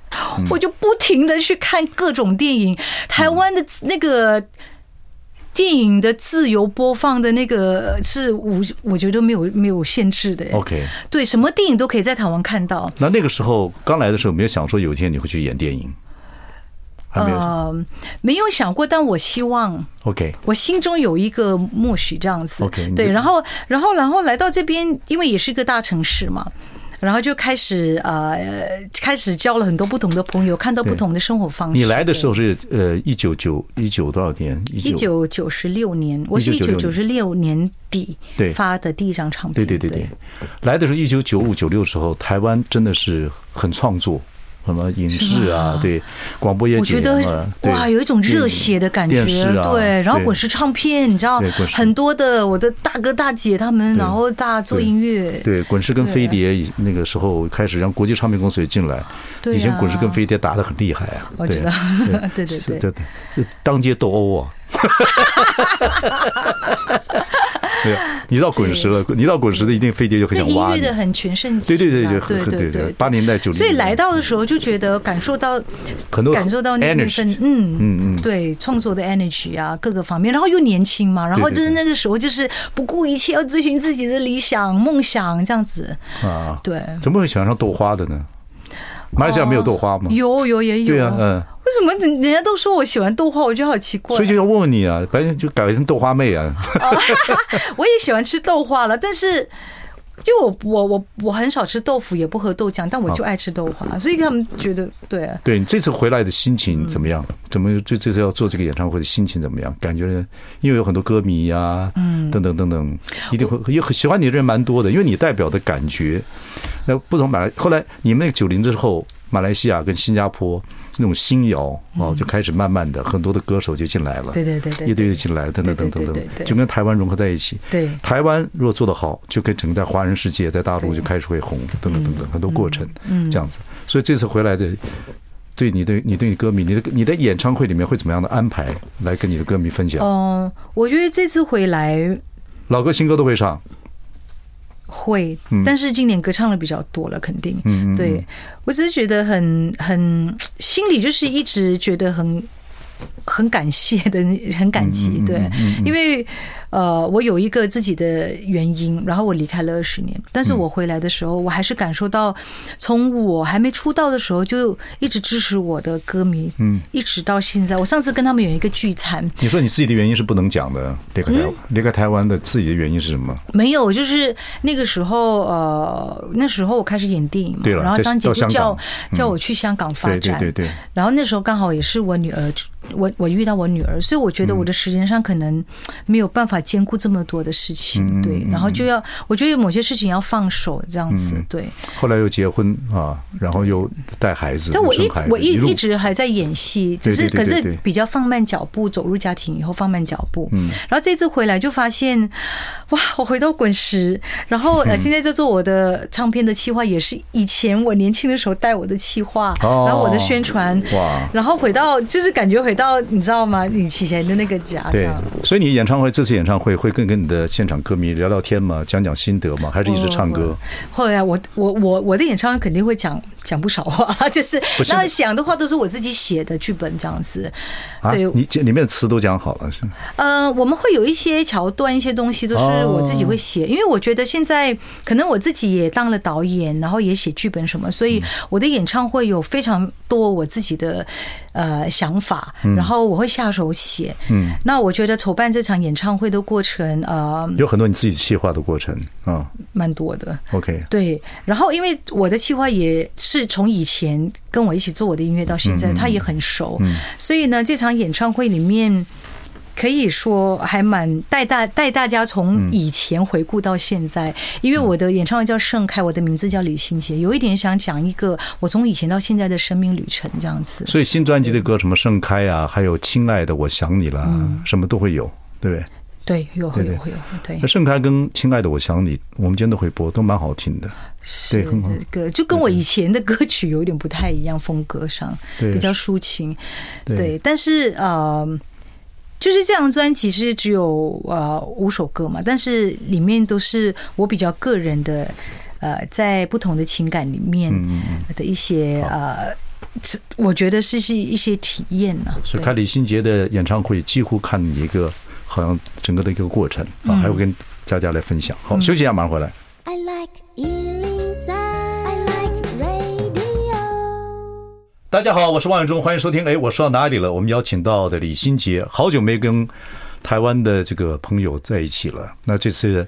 [SPEAKER 2] 我就不停的去看各种电影，台湾的那个。电影的自由播放的那个是无，我觉得没有没有限制的。
[SPEAKER 1] OK，
[SPEAKER 2] 对，什么电影都可以在台湾看到。
[SPEAKER 1] 那那个时候刚来的时候，有没有想说有一天你会去演电影？还没有。
[SPEAKER 2] 呃，没有想过，但我希望
[SPEAKER 1] OK，
[SPEAKER 2] 我心中有一个默许这样子。
[SPEAKER 1] OK，你
[SPEAKER 2] 对，
[SPEAKER 1] 就
[SPEAKER 2] 然后，然后，然后来到这边，因为也是一个大城市嘛。然后就开始呃，开始交了很多不同的朋友，看到不同的生活方式。
[SPEAKER 1] 你来的时候是呃一九九一九多少年？
[SPEAKER 2] 一九九十六年，我是一九九
[SPEAKER 1] 1996
[SPEAKER 2] 十六年底
[SPEAKER 1] 对
[SPEAKER 2] 发的第一张唱片。
[SPEAKER 1] 对对对对，来的时候一九九五九六时候，台湾真的是很创作，什么影视啊，对，广播业
[SPEAKER 2] 我
[SPEAKER 1] 界
[SPEAKER 2] 觉得
[SPEAKER 1] 啊，对
[SPEAKER 2] 哇，有一种热血的感觉
[SPEAKER 1] 电视，啊
[SPEAKER 2] 对。然后
[SPEAKER 1] 对
[SPEAKER 2] 滚石唱片，你知道
[SPEAKER 1] 对滚石
[SPEAKER 2] 很多的我的大哥大姐他们，
[SPEAKER 1] 对
[SPEAKER 2] 然后大家做
[SPEAKER 1] 对
[SPEAKER 2] 音乐，
[SPEAKER 1] 对，滚石跟飞碟以那个时候开始让国际唱片公司也进来，
[SPEAKER 2] 对
[SPEAKER 1] 以前滚石跟
[SPEAKER 2] 啊
[SPEAKER 1] 飞碟打得很厉害啊，
[SPEAKER 2] 我
[SPEAKER 1] 对
[SPEAKER 2] 知道 对对
[SPEAKER 1] 是
[SPEAKER 2] 对
[SPEAKER 1] 对对，就当街斗殴啊。 对啊，你到滚石了，你到滚石的一定飞碟就很
[SPEAKER 2] 那
[SPEAKER 1] 想
[SPEAKER 2] 音
[SPEAKER 1] 挖
[SPEAKER 2] 乐
[SPEAKER 1] 你。
[SPEAKER 2] 的很全盛
[SPEAKER 1] 对
[SPEAKER 2] 期啊，
[SPEAKER 1] 对对，就很
[SPEAKER 2] 对
[SPEAKER 1] 很
[SPEAKER 2] 对
[SPEAKER 1] 对对，八年代九零。
[SPEAKER 2] 所以来到的时候就觉得感受到
[SPEAKER 1] 很多
[SPEAKER 2] 感受到那那
[SPEAKER 1] energy
[SPEAKER 2] 份嗯
[SPEAKER 1] 嗯嗯
[SPEAKER 2] 对创作的 energy 啊各个方面，然后又年轻嘛，然后
[SPEAKER 1] 对对
[SPEAKER 2] 就是
[SPEAKER 1] 对
[SPEAKER 2] 那个时候就是不顾一切要追寻自己的理想梦想这样子，
[SPEAKER 1] 啊，
[SPEAKER 2] 对，哦
[SPEAKER 1] 怎么会喜欢上豆花的呢？马来西亚没有豆花吗？
[SPEAKER 2] 有有也有，
[SPEAKER 1] 对啊，嗯，
[SPEAKER 2] 为什么人人家都说我喜欢豆花，我觉得好奇怪，
[SPEAKER 1] 所以就要问问你啊，白天就改成豆花妹啊，
[SPEAKER 2] 我也喜欢吃豆花了，但是。因为我我我我很少吃豆腐，也不喝豆浆，但我就爱吃豆花，所以他们觉得对啊，
[SPEAKER 1] 对你这次回来的心
[SPEAKER 2] 嗯
[SPEAKER 1] 情怎么样？怎么这这次要做这个演唱会的心情怎么样？感觉呢因为有很多歌迷呀、嗯，等等等等，一定会也很喜欢你的人蛮多的，因为你代表的感觉，那不同马来。后来你们那个九零之后，马来西亚跟新加坡那种新谣哦，就开始慢慢的很多的歌手就进来了，
[SPEAKER 2] 嗯对对对对
[SPEAKER 1] 一堆就进来了，等等等等
[SPEAKER 2] 对对
[SPEAKER 1] 等
[SPEAKER 2] 对对
[SPEAKER 1] 等，就跟台湾融合在一起。
[SPEAKER 2] 对
[SPEAKER 1] 台湾如果做得好，就跟整个在华人世界，在大陆就开始会红，等等等等，很多过程，
[SPEAKER 2] 嗯
[SPEAKER 1] 这样子。所以这次回来的，对你对你对你歌迷，你的你的演唱会里面会怎么样的安排来跟你的歌迷分享？
[SPEAKER 2] 嗯，我觉得这次回来
[SPEAKER 1] 老歌新歌都会唱，
[SPEAKER 2] 会，但是今年歌唱的比较多了，肯定。
[SPEAKER 1] 嗯嗯嗯
[SPEAKER 2] 对我只是觉得很很心里就是一直觉得很很感谢的，很感
[SPEAKER 1] 嗯
[SPEAKER 2] 激。对，因为呃，我有一个自己的原因，然后我离开了二十年，但
[SPEAKER 1] 嗯
[SPEAKER 2] 是我回来的时候，我还是感受到，从我还没出道的时候就一直支持我的歌迷，嗯，一直到现在。我上次跟他们有一个聚餐，
[SPEAKER 1] 你说你自己的原因是不能讲的，
[SPEAKER 2] 嗯
[SPEAKER 1] 离开台离开台湾的自己的原因是什么？
[SPEAKER 2] 没有，就是那个时候，呃，那时候我开始演电影嘛，
[SPEAKER 1] 对了
[SPEAKER 2] 然后
[SPEAKER 1] 在
[SPEAKER 2] 张姐
[SPEAKER 1] 到
[SPEAKER 2] 就
[SPEAKER 1] 香
[SPEAKER 2] 叫
[SPEAKER 1] 港嗯
[SPEAKER 2] 叫我去香港发
[SPEAKER 1] 对
[SPEAKER 2] 展，
[SPEAKER 1] 对对对，
[SPEAKER 2] 然后那时候刚好也是我女儿，我我遇到我女儿，所以我觉得我的时间上可能没有办法兼顾这么多的事
[SPEAKER 1] 嗯
[SPEAKER 2] 情，对，然后就要我觉得有某些事情要放手这样
[SPEAKER 1] 嗯
[SPEAKER 2] 子，对。
[SPEAKER 1] 后来又结婚啊，然后又带孩子，
[SPEAKER 2] 但我
[SPEAKER 1] 生
[SPEAKER 2] 一
[SPEAKER 1] 孩子
[SPEAKER 2] 我一
[SPEAKER 1] 路
[SPEAKER 2] 一直还在演戏，只是
[SPEAKER 1] 对对
[SPEAKER 2] 可
[SPEAKER 1] 对对
[SPEAKER 2] 是比较放慢脚步，走入家庭以后放慢脚步。
[SPEAKER 1] 嗯，
[SPEAKER 2] 然后这次回来就发现，哇，我回到滚石，然后
[SPEAKER 1] 嗯
[SPEAKER 2] 呃，现在在做我的唱片的企划，也是以前我年轻的时候带我的企划，
[SPEAKER 1] 哦
[SPEAKER 2] 然后我的宣传，
[SPEAKER 1] 哇。
[SPEAKER 2] 然后回到就是感觉回到你知道吗？你以前的那个家，这
[SPEAKER 1] 对
[SPEAKER 2] 样，
[SPEAKER 1] 所以你演唱会这次演唱会会更跟你的现场歌迷聊聊天吗？讲讲心得吗？还是一直唱歌？
[SPEAKER 2] 后来我我我我的演唱会肯定会讲讲不少话，就是
[SPEAKER 1] 不是
[SPEAKER 2] 那想的话都是我自己写的剧本这样子。
[SPEAKER 1] 啊
[SPEAKER 2] 对，
[SPEAKER 1] 你这里面的词都讲好了，是
[SPEAKER 2] 呃，我们会有一些桥段、一些东西都是
[SPEAKER 1] 哦
[SPEAKER 2] 我自己会写，因为我觉得现在可能我自己也当了导演，然后也写剧本什么，所以我的演唱会有非常多我自己的呃想法，然后我会下手写。
[SPEAKER 1] 嗯，
[SPEAKER 2] 那我觉得筹办这场演唱会的过程，呃，
[SPEAKER 1] 有很多你自己细化的过程啊。
[SPEAKER 2] 蛮多的。
[SPEAKER 1] OK，
[SPEAKER 2] 对，然后因为我的计划也是从以前跟我一起做我的音乐到现在，
[SPEAKER 1] 嗯
[SPEAKER 2] 他也很熟，所以呢，这场演唱会里面。可以说还蛮带大带大家从以前回顾到现在，因为我的演唱会叫盛开，我的名字叫李心洁，有一点想讲一个我从以前到现在的生命旅程这样子。
[SPEAKER 1] 所以新专辑的歌什么《盛开》啊，还有《亲爱的我想你了》，啊
[SPEAKER 2] 嗯
[SPEAKER 1] 什么都会有，对不对？
[SPEAKER 2] 对，有会
[SPEAKER 1] 对
[SPEAKER 2] 有
[SPEAKER 1] 对
[SPEAKER 2] 会有，对
[SPEAKER 1] 那，盛开跟《亲爱的我想你》，我们今天都会播，都蛮好听的。对
[SPEAKER 2] 是
[SPEAKER 1] 很好
[SPEAKER 2] 这个就跟我以前的歌曲有点不太一样，风格上
[SPEAKER 1] 对
[SPEAKER 2] 比较抒情。
[SPEAKER 1] 对
[SPEAKER 2] 对，但是呃，就是这张专辑是只有呃五首歌嘛，但是里面都是我比较个人的呃，在不同的情感里面
[SPEAKER 1] 嗯
[SPEAKER 2] 的一些、呃，是我觉得是是一些体验啊呐、
[SPEAKER 1] 所以
[SPEAKER 2] 对
[SPEAKER 1] 看李心洁的演唱会，几乎看一个好像整个的一个过程
[SPEAKER 2] 嗯
[SPEAKER 1] 啊，还会跟大家来分享。好，休息一下，马上回来。
[SPEAKER 3] I like Ealing Sound. I like radio.
[SPEAKER 1] 大家好，我是王永忠，欢迎收听。哎，我说到哪里了？我们邀请到的李心洁，好久没跟台湾的这个朋友在一起了。那这次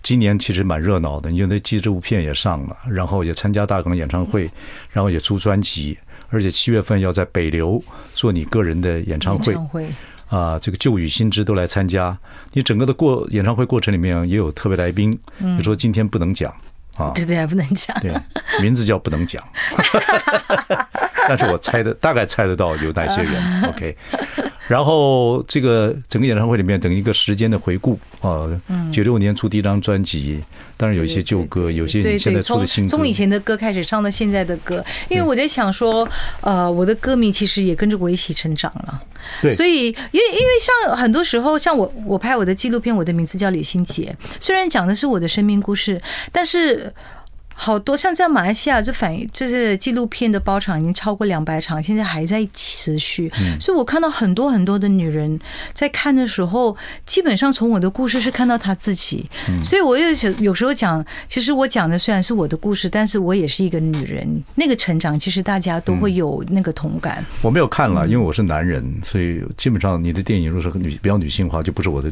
[SPEAKER 1] 今年其实蛮热闹的，因为纪录片也上了，然后也参加大港演唱会，然后也出专辑，而且七月份要在北流做你个人的演唱会
[SPEAKER 2] 演唱会。
[SPEAKER 1] 啊，这个旧与新知都来参加。你整个的过演唱会过程里面也有特别来宾，你说今天不能讲啊，
[SPEAKER 2] 对对，还不能讲。
[SPEAKER 1] 对，名字叫不能讲， 但是我猜的大概猜得到有哪些人。OK，然后这个整个演唱会里面，等一个时间的回顾啊，九六年出第一张专辑，当然有一些旧歌，有些
[SPEAKER 2] 嗯对
[SPEAKER 1] 你现在
[SPEAKER 2] 对，
[SPEAKER 1] 出
[SPEAKER 2] 从
[SPEAKER 1] 的新歌
[SPEAKER 2] 从，以前的歌开始唱到现在的歌，因为我在想说，呃，我的歌迷其实也跟着我一起成长了。
[SPEAKER 1] 对
[SPEAKER 2] 所以因为因为像很多时候，像我我拍我的纪录片，我的名字叫李心洁，虽然讲的是我的生命故事，但是。好多像在马来西亚，这反映这是纪录片的包场已经超过两百场，现在还在持续。所以我看到很多很多的女人在看的时候，基本上从我的故事是看到她自己。所以我有时有时候讲，其实我讲的虽然是我的故事，但是我也是一个女人。那个成长，其实大家都会有那个同感。
[SPEAKER 1] 我没有看
[SPEAKER 2] 嗯
[SPEAKER 1] 了，因为我是男人，所以基本上你的电影如果是女比较女性化，就不是我的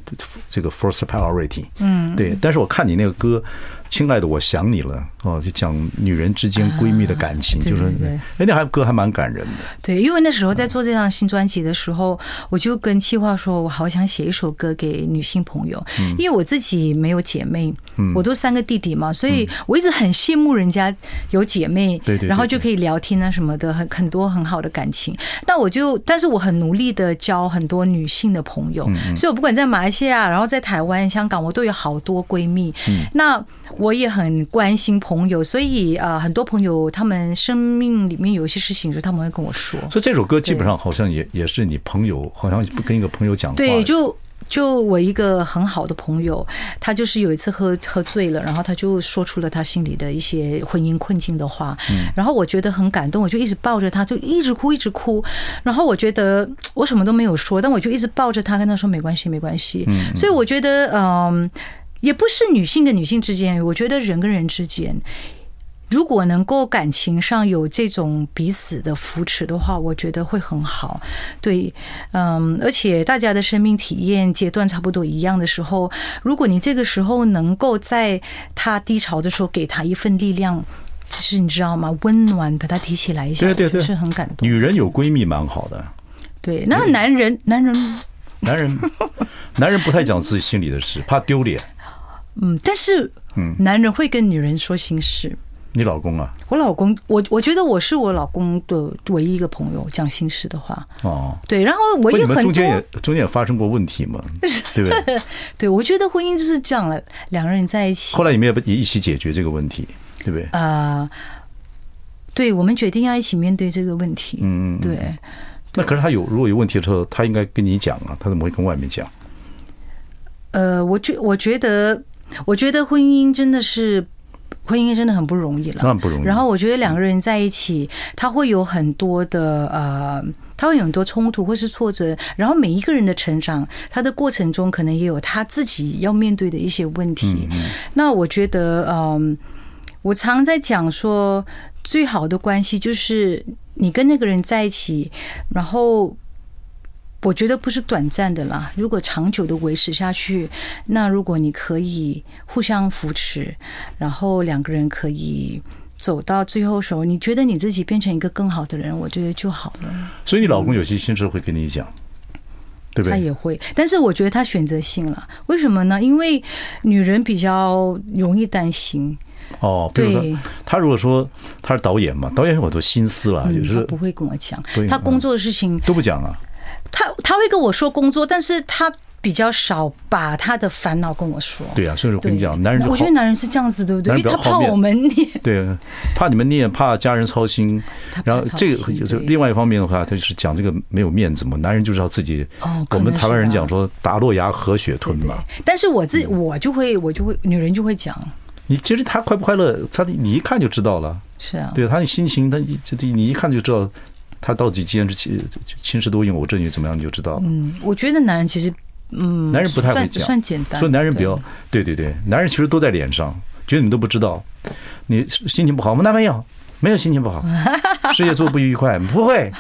[SPEAKER 1] 这个 first priority。嗯，对。但是我看你那个歌，《亲爱的，我想你了》哦，就讲女人之间闺蜜的感情，
[SPEAKER 2] 嗯啊对
[SPEAKER 1] 就是
[SPEAKER 2] 对对
[SPEAKER 1] 哎，那还歌还蛮感人的。
[SPEAKER 2] 对，因为那时候在做这张新专辑的时候，我就跟企划说，我好想写一首歌给女性朋友，
[SPEAKER 1] 嗯
[SPEAKER 2] 因为我自己没有姐妹，我都三个弟弟嘛，所以我一直很羡慕人家有姐妹，
[SPEAKER 1] 嗯对对对
[SPEAKER 2] 然后就可以聊天啊什么的，很很多很好的感情。那我就，但是我很努力的交很多女性的朋友，所以我不管在马来西亚，然后在台湾、香港，我都有好多闺蜜。那我也很关心朋友，所以啊、呃很多朋友他们生命里面有一些事情的时候，他们会跟我说。
[SPEAKER 1] 所以这首歌基本上好像也也是你朋友，好像不跟一个朋友讲话。
[SPEAKER 2] 对，就就我一个很好的朋友，他就是有一次喝喝醉了，然后他就说出了他心里的一些婚姻困境的话，
[SPEAKER 1] 嗯
[SPEAKER 2] 然后我觉得很感动，我就一直抱着他，就一直哭，一直哭。然后我觉得嗯我什么都没有说，但我就一直抱着他，跟他说没关系，没关系。
[SPEAKER 1] 嗯
[SPEAKER 2] 所以我觉得，嗯、也不是女性跟女性之间，我觉得人跟人之间。如果能够感情上有这种彼此的扶持的话，我觉得会很好。对，嗯，而且大家的生命体验阶段差不多一样的时候，如果你这个时候能够在他低潮的时候给他一份力量，就是你知道吗？温暖把他提起来一下，
[SPEAKER 1] 对对对
[SPEAKER 2] 是很感动。
[SPEAKER 1] 女人有闺蜜蛮好的，
[SPEAKER 2] 对，那男人，男人，
[SPEAKER 1] 男 人男人不太讲自己心里的事，怕丢脸。
[SPEAKER 2] 嗯，但是，男人会跟女人说心事。
[SPEAKER 1] 你老公啊，
[SPEAKER 2] 我老公，我我觉得我是我老公的唯一一个朋友，讲心事的话，
[SPEAKER 1] 哦，
[SPEAKER 2] 对，然后我
[SPEAKER 1] 不你
[SPEAKER 2] 也很
[SPEAKER 1] 们
[SPEAKER 2] 多。
[SPEAKER 1] 中间也中间也发生过问题 嘛，对不对？
[SPEAKER 2] 对，我觉得婚姻就是这样了，两个人在一起
[SPEAKER 1] 后，来你们也不也一起解决这个问题，对不对？
[SPEAKER 2] 呃，对我们决定要一起面对这个问题。
[SPEAKER 1] 嗯嗯嗯
[SPEAKER 2] 对，
[SPEAKER 1] 那可是他有如果有问题的时候，他应该跟你讲啊，他怎么会跟外面讲？
[SPEAKER 2] 呃，我觉我觉得，我觉得婚姻真的是婚姻真的很不容易了，
[SPEAKER 1] 那不容易
[SPEAKER 2] 然后我觉得两个人在一起，他会有很多的呃，他会有很多冲突或是挫折，然后每一个人的成长，他的过程中可能也有他自己要面对的一些问题。
[SPEAKER 1] 嗯
[SPEAKER 2] 那我觉得，嗯、我常在讲说，最好的关系就是你跟那个人在一起，然后。我觉得不是短暂的啦，如果长久的维持下去，那如果你可以互相扶持，然后两个人可以走到最后的时候，你觉得你自己变成一个更好的人，我觉得就好了。
[SPEAKER 1] 所以你老公有些心事会跟你讲，对不
[SPEAKER 2] 他
[SPEAKER 1] 对？
[SPEAKER 2] 也会，但是我觉得他选择性了，为什么呢？因为女人比较容易担心，
[SPEAKER 1] 哦，比如
[SPEAKER 2] 对
[SPEAKER 1] 说，他如果说他是导演嘛，导演有很多心思啦，有
[SPEAKER 2] 嗯，
[SPEAKER 1] 时
[SPEAKER 2] 他
[SPEAKER 1] 候
[SPEAKER 2] 不会跟我讲
[SPEAKER 1] 啊对，
[SPEAKER 2] 他
[SPEAKER 1] 嗯
[SPEAKER 2] 工作的事情
[SPEAKER 1] 都不讲啊。
[SPEAKER 2] 他他会跟我说工作，但是他比较少把他的烦恼跟我说。
[SPEAKER 1] 对啊，所以我跟你讲，
[SPEAKER 2] 对
[SPEAKER 1] 男人就
[SPEAKER 2] 我
[SPEAKER 1] 好
[SPEAKER 2] 觉得，男人是这样子，对不对？
[SPEAKER 1] 男
[SPEAKER 2] 因
[SPEAKER 1] 人
[SPEAKER 2] 为他
[SPEAKER 1] 比较好
[SPEAKER 2] 怕
[SPEAKER 1] 面
[SPEAKER 2] 我们，
[SPEAKER 1] 对，啊怕你们念，怕家人操心。
[SPEAKER 2] 他怕
[SPEAKER 1] 然后
[SPEAKER 2] 操
[SPEAKER 1] 这个
[SPEAKER 2] 心
[SPEAKER 1] 就是
[SPEAKER 2] 对
[SPEAKER 1] 另外一方面的话，他就是讲这个没有面子嘛，男人就是要自己。
[SPEAKER 2] 哦可
[SPEAKER 1] 我
[SPEAKER 2] 能
[SPEAKER 1] 们台湾
[SPEAKER 2] 是
[SPEAKER 1] 人
[SPEAKER 2] 吧
[SPEAKER 1] 讲说“打落牙和血吞”嘛，
[SPEAKER 2] 但是我自我就会，我就会，女人就会讲，
[SPEAKER 1] 你其实他快不快乐，他你一看就知道了。
[SPEAKER 2] 是啊，
[SPEAKER 1] 对他的心情，他一这你一看就知道他到底坚持亲亲事多硬，我这女怎么样，你就知道了。
[SPEAKER 2] 嗯，我觉得男人其实，嗯，
[SPEAKER 1] 男人不太会
[SPEAKER 2] 算
[SPEAKER 1] 讲
[SPEAKER 2] 算简单，
[SPEAKER 1] 说男人不
[SPEAKER 2] 对
[SPEAKER 1] 要，对对对，男人其实都在脸上，觉得你们都不知道。你心情不好吗？那没有，没有心情不好。事业做不愉快，不会。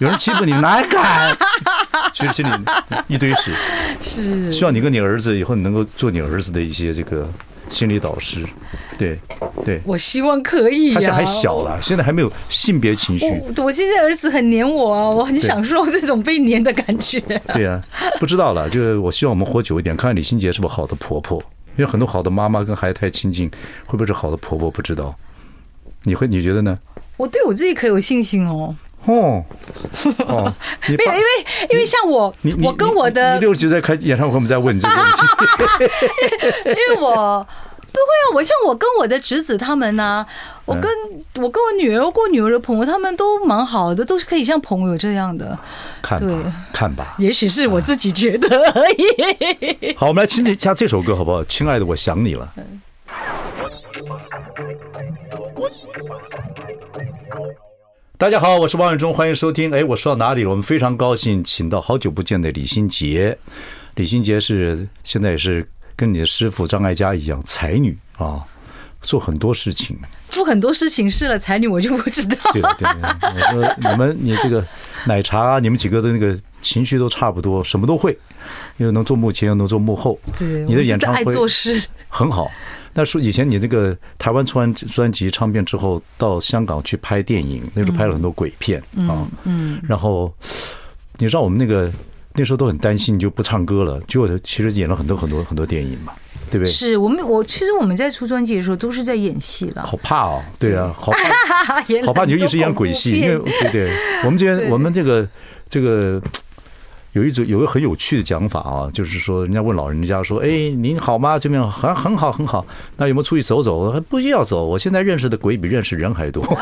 [SPEAKER 1] 有人欺负你，哪敢？ 其实心里一堆事。
[SPEAKER 2] 是
[SPEAKER 1] 希望你跟你儿子以后你能够做你儿子的一些这个心理导师，对对。
[SPEAKER 2] 我希望可以、啊，
[SPEAKER 1] 他现在还小了，现在还没有性别情绪。
[SPEAKER 2] 我我现在儿子很黏我啊，我很享受这种被黏的感觉。
[SPEAKER 1] 对啊，不知道了。就是我希望我们活久一点，看看李心洁是不是好的婆婆。因为很多好的妈妈跟孩子太亲近，会不会是好的婆婆？不知道。你会你觉得呢？
[SPEAKER 2] 我对我自己可有信心哦，
[SPEAKER 1] 哦哦，你
[SPEAKER 2] 没有，
[SPEAKER 1] 爸
[SPEAKER 2] 因为因为像我
[SPEAKER 1] 你，你
[SPEAKER 2] 我跟我
[SPEAKER 1] 你
[SPEAKER 2] 的
[SPEAKER 1] 你六十几岁开演唱会，我们在问你这个 问题。
[SPEAKER 2] 因为我不会啊，我像我跟我的侄子他们呢、
[SPEAKER 1] 嗯
[SPEAKER 2] 我跟、我跟我女儿、过女儿的朋友，他们都蛮好的，都是可以像朋友这样的。
[SPEAKER 1] 看
[SPEAKER 2] 对
[SPEAKER 1] 吧，看吧。
[SPEAKER 2] 也许是我自己觉得而 已。
[SPEAKER 1] 好，我们来听一下这首歌好不好？亲爱的，我想你了。大家好，我是王永忠，欢迎收听。哎，我说到哪里了？我们非常高兴，请到好久不见的李心洁。李心洁是现在也是跟你的师傅张艾嘉一样才女啊，做很多事情。
[SPEAKER 2] 做很多事情是了，才女我就不知道。
[SPEAKER 1] 对 对对，我说你们你这个奶茶啊，你们几个的那个情绪都差不多，什么都会，又能做幕前，又能做幕后。
[SPEAKER 2] 对
[SPEAKER 1] 你
[SPEAKER 2] 我
[SPEAKER 1] 的
[SPEAKER 2] 们
[SPEAKER 1] 演
[SPEAKER 2] 就是
[SPEAKER 1] 唱
[SPEAKER 2] 爱
[SPEAKER 1] 会
[SPEAKER 2] 做事，
[SPEAKER 1] 很好。那说以前你那个台湾出完专辑唱片之后，到香港去拍电影，那时候拍了很多鬼片、啊，嗯，然后你知道我们那个那时候都很担心，你就不唱歌了，结果其实演了很多很多很多电影嘛，对不对？
[SPEAKER 2] 是我们我其实我们在出专辑的时候都是在演戏了，
[SPEAKER 1] 好怕哦，对啊，好怕。
[SPEAKER 2] 演
[SPEAKER 1] 好吧，
[SPEAKER 2] 很
[SPEAKER 1] 你就一
[SPEAKER 2] 多
[SPEAKER 1] 直演
[SPEAKER 2] 恐
[SPEAKER 1] 鬼
[SPEAKER 2] 怖
[SPEAKER 1] 戏，因
[SPEAKER 2] 片
[SPEAKER 1] 为对对，我们这边我们这个这个有一种有个很有趣的讲法啊，就是说人家问老人家说，哎，您好吗？这边很很好很好，那有没有出去走走？不需要走，我现在认识的鬼比认识人还多，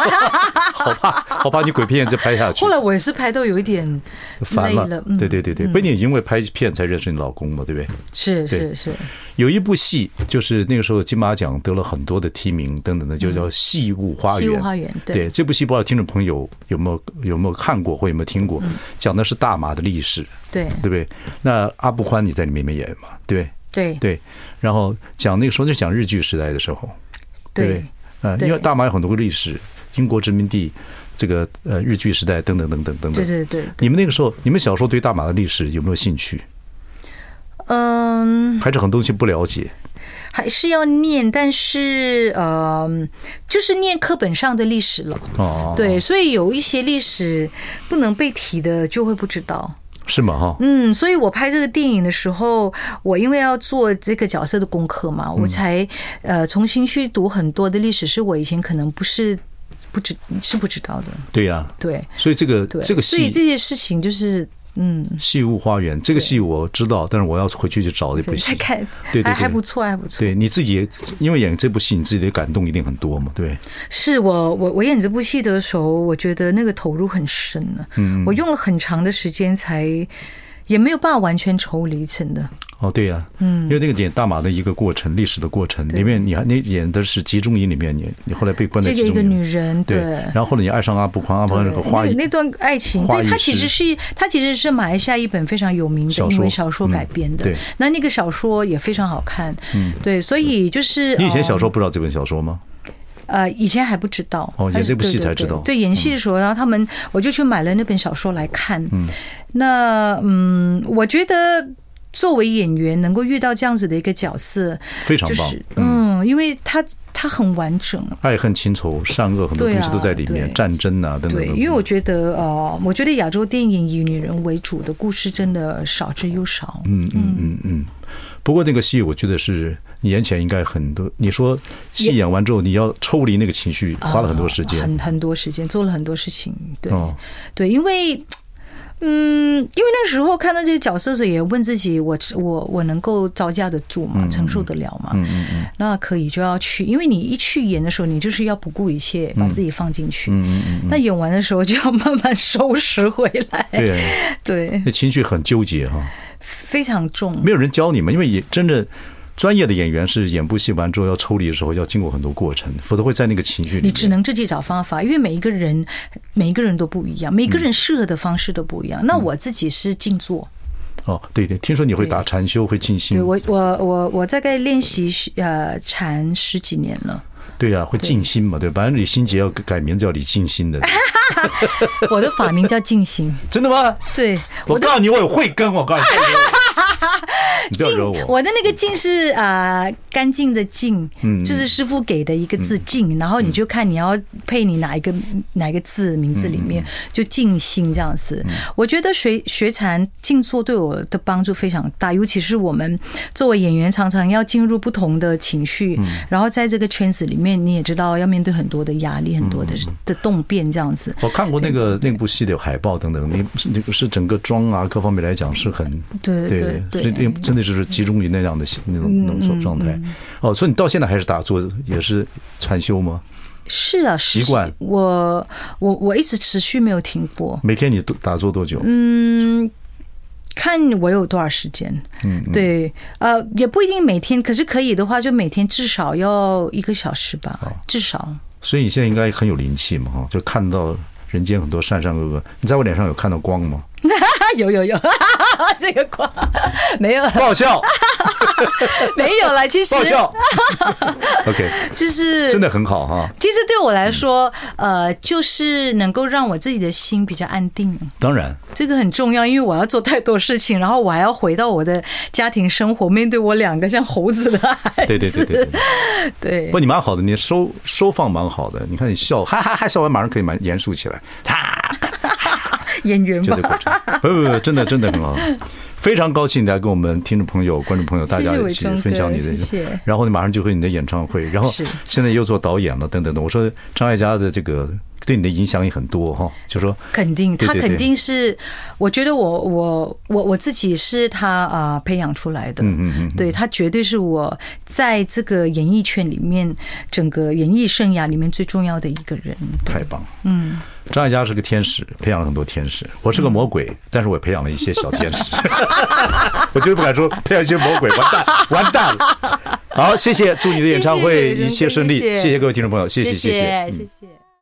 [SPEAKER 1] 好吧，好吧，你鬼片就拍下去
[SPEAKER 2] 后，来我也是拍到有一点
[SPEAKER 1] 烦
[SPEAKER 2] 累
[SPEAKER 1] 了
[SPEAKER 2] 了，，嗯，
[SPEAKER 1] 对对对对，不，你因为拍片才认识你老公嘛，对不对？
[SPEAKER 2] 是
[SPEAKER 1] 对
[SPEAKER 2] 是是，
[SPEAKER 1] 有一部戏，就是那个时候金马奖得了很多的提名等等的，就叫《戏物花园》。
[SPEAKER 2] 西嗯屋花园对
[SPEAKER 1] 对这部戏，不知道听众朋友有没有有没有看过或有没有听
[SPEAKER 2] 嗯
[SPEAKER 1] 过？讲的是大马的历史，
[SPEAKER 2] 对
[SPEAKER 1] 对不对？那阿布宽你在里面没演嘛，对
[SPEAKER 2] 对
[SPEAKER 1] 不对？对，然后讲那个时候就讲日据时代的时候，对不
[SPEAKER 2] 对
[SPEAKER 1] 对，？呃，
[SPEAKER 2] 对
[SPEAKER 1] 因为大马有很多个历史，英国殖民地，这个呃日据时代等等等等等
[SPEAKER 2] 对
[SPEAKER 1] 等。
[SPEAKER 2] 对对，
[SPEAKER 1] 你们那个时候，你们小时候对大马的历史有没有兴趣？
[SPEAKER 2] 嗯，
[SPEAKER 1] 还是很多东西不了解？
[SPEAKER 2] 还是要念，但是呃，就是念课本上的历史了。
[SPEAKER 1] 哦，，
[SPEAKER 2] 对，所以有一些历史不能被提的，就会不知道。
[SPEAKER 1] 是吗？哈，
[SPEAKER 2] 嗯，所以我拍这个电影的时候，我因为要做这个角色的功课嘛，
[SPEAKER 1] 嗯
[SPEAKER 2] 我才呃重新去读很多的历史，是我以前可能不是不知是不知道的。
[SPEAKER 1] 对呀、
[SPEAKER 2] 对
[SPEAKER 1] 所以这个
[SPEAKER 2] 对，
[SPEAKER 1] 这个
[SPEAKER 2] 所以
[SPEAKER 1] 戏
[SPEAKER 2] 这些事情就是嗯，
[SPEAKER 1] 戏物花园这个戏我知道，但是我要回去去找这部
[SPEAKER 2] 再
[SPEAKER 1] 戏。
[SPEAKER 2] 看，
[SPEAKER 1] 对对对
[SPEAKER 2] 还还不错，还不错。
[SPEAKER 1] 对你自己也，因为演这部戏，你自己的感动一定很多嘛，对。
[SPEAKER 2] 是我我我演这部戏的时候，我觉得那个投入很深啊
[SPEAKER 1] 嗯
[SPEAKER 2] 了、嗯，我用了很长的时间才也没有办法完全抽离，真的。
[SPEAKER 1] 哦，对呀、嗯，因为那个演大马的一个过程，历史的过程
[SPEAKER 2] 对
[SPEAKER 1] 里面，你还你演的是集中营里面，你你后来被关在
[SPEAKER 2] 这个
[SPEAKER 1] 集中
[SPEAKER 2] 一个
[SPEAKER 1] 营，
[SPEAKER 2] 女人，
[SPEAKER 1] 对，
[SPEAKER 2] 对
[SPEAKER 1] 然后后来你爱上阿布宽，阿布宽是个花
[SPEAKER 2] 对那
[SPEAKER 1] 艺
[SPEAKER 2] 那段爱情，
[SPEAKER 1] 花
[SPEAKER 2] 对
[SPEAKER 1] 艺
[SPEAKER 2] 它其
[SPEAKER 1] 师
[SPEAKER 2] 实是它其实是马来西亚一本非常有名的
[SPEAKER 1] 小
[SPEAKER 2] 英
[SPEAKER 1] 说
[SPEAKER 2] 文小说改编的、
[SPEAKER 1] 嗯对
[SPEAKER 2] 那那个小说也非常好看，嗯，对，所以就是
[SPEAKER 1] 你以前小时
[SPEAKER 2] 候
[SPEAKER 1] 候不知道这本小说吗？
[SPEAKER 2] 呃，以前还不知道，
[SPEAKER 1] 哦
[SPEAKER 2] 还
[SPEAKER 1] 演这部
[SPEAKER 2] 对
[SPEAKER 1] 戏
[SPEAKER 2] 对
[SPEAKER 1] 才知
[SPEAKER 2] 对
[SPEAKER 1] 道嗯
[SPEAKER 2] 对，演戏的时候，然后他们我就去买了那本小说来看，嗯，那嗯，我觉得作为演员能够遇到这样子的一个角色，
[SPEAKER 1] 非常
[SPEAKER 2] 就
[SPEAKER 1] 棒，
[SPEAKER 2] 是嗯，因为他他很完整，
[SPEAKER 1] 爱恨情仇、善恶很多
[SPEAKER 2] 对啊
[SPEAKER 1] 东西都在里面，
[SPEAKER 2] 对
[SPEAKER 1] 战争啊等等
[SPEAKER 2] 对，
[SPEAKER 1] 等等。
[SPEAKER 2] 因为我觉得呃，我觉得亚洲电影以女人为主的故事真的少之又少。
[SPEAKER 1] 嗯嗯嗯嗯。不过那个戏，我觉得是你演起来应该很多。你说戏演完之后，你要抽离那个情绪，花了很多时间。
[SPEAKER 2] 呃很很多时间，做了啊很多事情。对、
[SPEAKER 1] 哦
[SPEAKER 2] 对，因为嗯，因为那时候看到这个角色的时候，也问自己，我我我能够招架得住吗？承受得了吗？
[SPEAKER 1] 嗯嗯嗯
[SPEAKER 2] 那可以就要去，因为你一去演的时候，你就是要不顾一切把自己放进去。
[SPEAKER 1] 嗯嗯
[SPEAKER 2] 那演完的时候就要慢慢收拾回来，
[SPEAKER 1] 嗯，对，
[SPEAKER 2] 对，
[SPEAKER 1] 那情绪很纠结哈、
[SPEAKER 2] 非常重。
[SPEAKER 1] 没有人教你们，因为也真的专业的演员是演部戏完之后要抽离的时候，要经过很多过程，否则会在那个情绪里
[SPEAKER 2] 你
[SPEAKER 1] 面。
[SPEAKER 2] 只能自己找方法，因为每一个人，每一个人都不一样，每个人适合的方式都不一样。那我自己是静坐，
[SPEAKER 1] 哦，对对，听说你会打
[SPEAKER 2] 对
[SPEAKER 1] 禅修，会静心
[SPEAKER 2] 对，我我我我大概练习十呃禅十几年了，
[SPEAKER 1] 对呀、会静心嘛，对吧，反正李心洁要改名叫李静心的，
[SPEAKER 2] 我的法名叫静心，
[SPEAKER 1] 真的吗？
[SPEAKER 2] 对，
[SPEAKER 1] 我
[SPEAKER 2] 我的
[SPEAKER 1] 告诉你，我有慧根，我告诉你， 你不要
[SPEAKER 2] 静
[SPEAKER 1] 惹我，你不要惹我。
[SPEAKER 2] 我的那个静是啊、呃干净的净，
[SPEAKER 1] 嗯
[SPEAKER 2] 就是师傅给的一个字静，然后你就看你要配你哪一个哪一个字名字里
[SPEAKER 1] 嗯
[SPEAKER 2] 面，就静心这样子。我觉得学学禅静坐对我的帮助非常大，尤其是我们作为演员，常常要进入不同的情绪，
[SPEAKER 1] 嗯
[SPEAKER 2] 然后在这个圈子里面，你也知道要面对很多的压力，很多
[SPEAKER 1] 嗯
[SPEAKER 2] 的的动变这样子。
[SPEAKER 1] 我看过那个那部戏的海报等等，你是那个是整个妆啊各方面来讲是很
[SPEAKER 2] 对对
[SPEAKER 1] 对，
[SPEAKER 2] 对
[SPEAKER 1] 真真的就是集中于那样的那种那种状态。哦，所以你到现在还是打坐，也是禅修吗？
[SPEAKER 2] 是啊，是
[SPEAKER 1] 习惯
[SPEAKER 2] 我我我一直持续没有停过。
[SPEAKER 1] 每天你都打坐多久？
[SPEAKER 2] 嗯，看我有多少时间。嗯，对，呃，也不一定每天，可是可以的话，就每天至少要一个小时吧，
[SPEAKER 1] 哦
[SPEAKER 2] 至少。
[SPEAKER 1] 所以你现在应该很有灵气嘛，哈，就看到人间很多善善恶恶。你在我脸上有看到光吗？
[SPEAKER 2] 有有 有，这个瓜没有了
[SPEAKER 1] 不好笑，
[SPEAKER 2] 没有了，其实
[SPEAKER 1] 不好笑。OK，
[SPEAKER 2] 就是
[SPEAKER 1] 真的很好哈。
[SPEAKER 2] 其实对我来说，呃，就是能够让我自己的心比较安定，
[SPEAKER 1] 当然，
[SPEAKER 2] 这个很重要，因为我要做太多事情，然后我还要回到我的家庭生活，面对我两个像猴子的孩子，
[SPEAKER 1] 对对对对对。
[SPEAKER 2] 对
[SPEAKER 1] 不，你蛮好的，你收收放蛮好的。你看你笑，哈哈哈，笑完马上可以蛮严肃起来，哈，
[SPEAKER 2] 演员
[SPEAKER 1] 就
[SPEAKER 2] 吧
[SPEAKER 1] 这。过 程。不不不，真的真的很好，非常高兴来跟我们听众朋友、观众朋友大家
[SPEAKER 2] 谢谢
[SPEAKER 1] 一
[SPEAKER 2] 伟
[SPEAKER 1] 起
[SPEAKER 2] 忠
[SPEAKER 1] 分享
[SPEAKER 2] 哥
[SPEAKER 1] 你的，
[SPEAKER 2] 谢谢
[SPEAKER 1] 然后你马上就会你的演唱会，然后
[SPEAKER 2] 是
[SPEAKER 1] 现在又做导演了，等等等。我说张艾嘉的这个对你的影响也很多哈，就说
[SPEAKER 2] 肯定，
[SPEAKER 1] 对
[SPEAKER 2] 他
[SPEAKER 1] 对对
[SPEAKER 2] 肯定是，我觉得我我我我自己是他啊、呃培养出来的，嗯嗯嗯，对他绝对是我在这个演艺圈里面整个演艺生涯里面最重要的一个人。
[SPEAKER 1] 太棒。嗯，张艾嘉是个天使，培养了很多天使。我是个魔鬼，
[SPEAKER 2] 嗯
[SPEAKER 1] 但是我也培养了一些小天使。 我绝对不敢说培养一些魔鬼，完 蛋，完蛋了。好，谢谢，祝你的演唱
[SPEAKER 2] 谢谢
[SPEAKER 1] 会
[SPEAKER 2] 任哥
[SPEAKER 1] 一切顺利，
[SPEAKER 2] 谢谢
[SPEAKER 1] 谢谢各位听众朋友，谢谢，谢谢。嗯
[SPEAKER 2] 谢谢。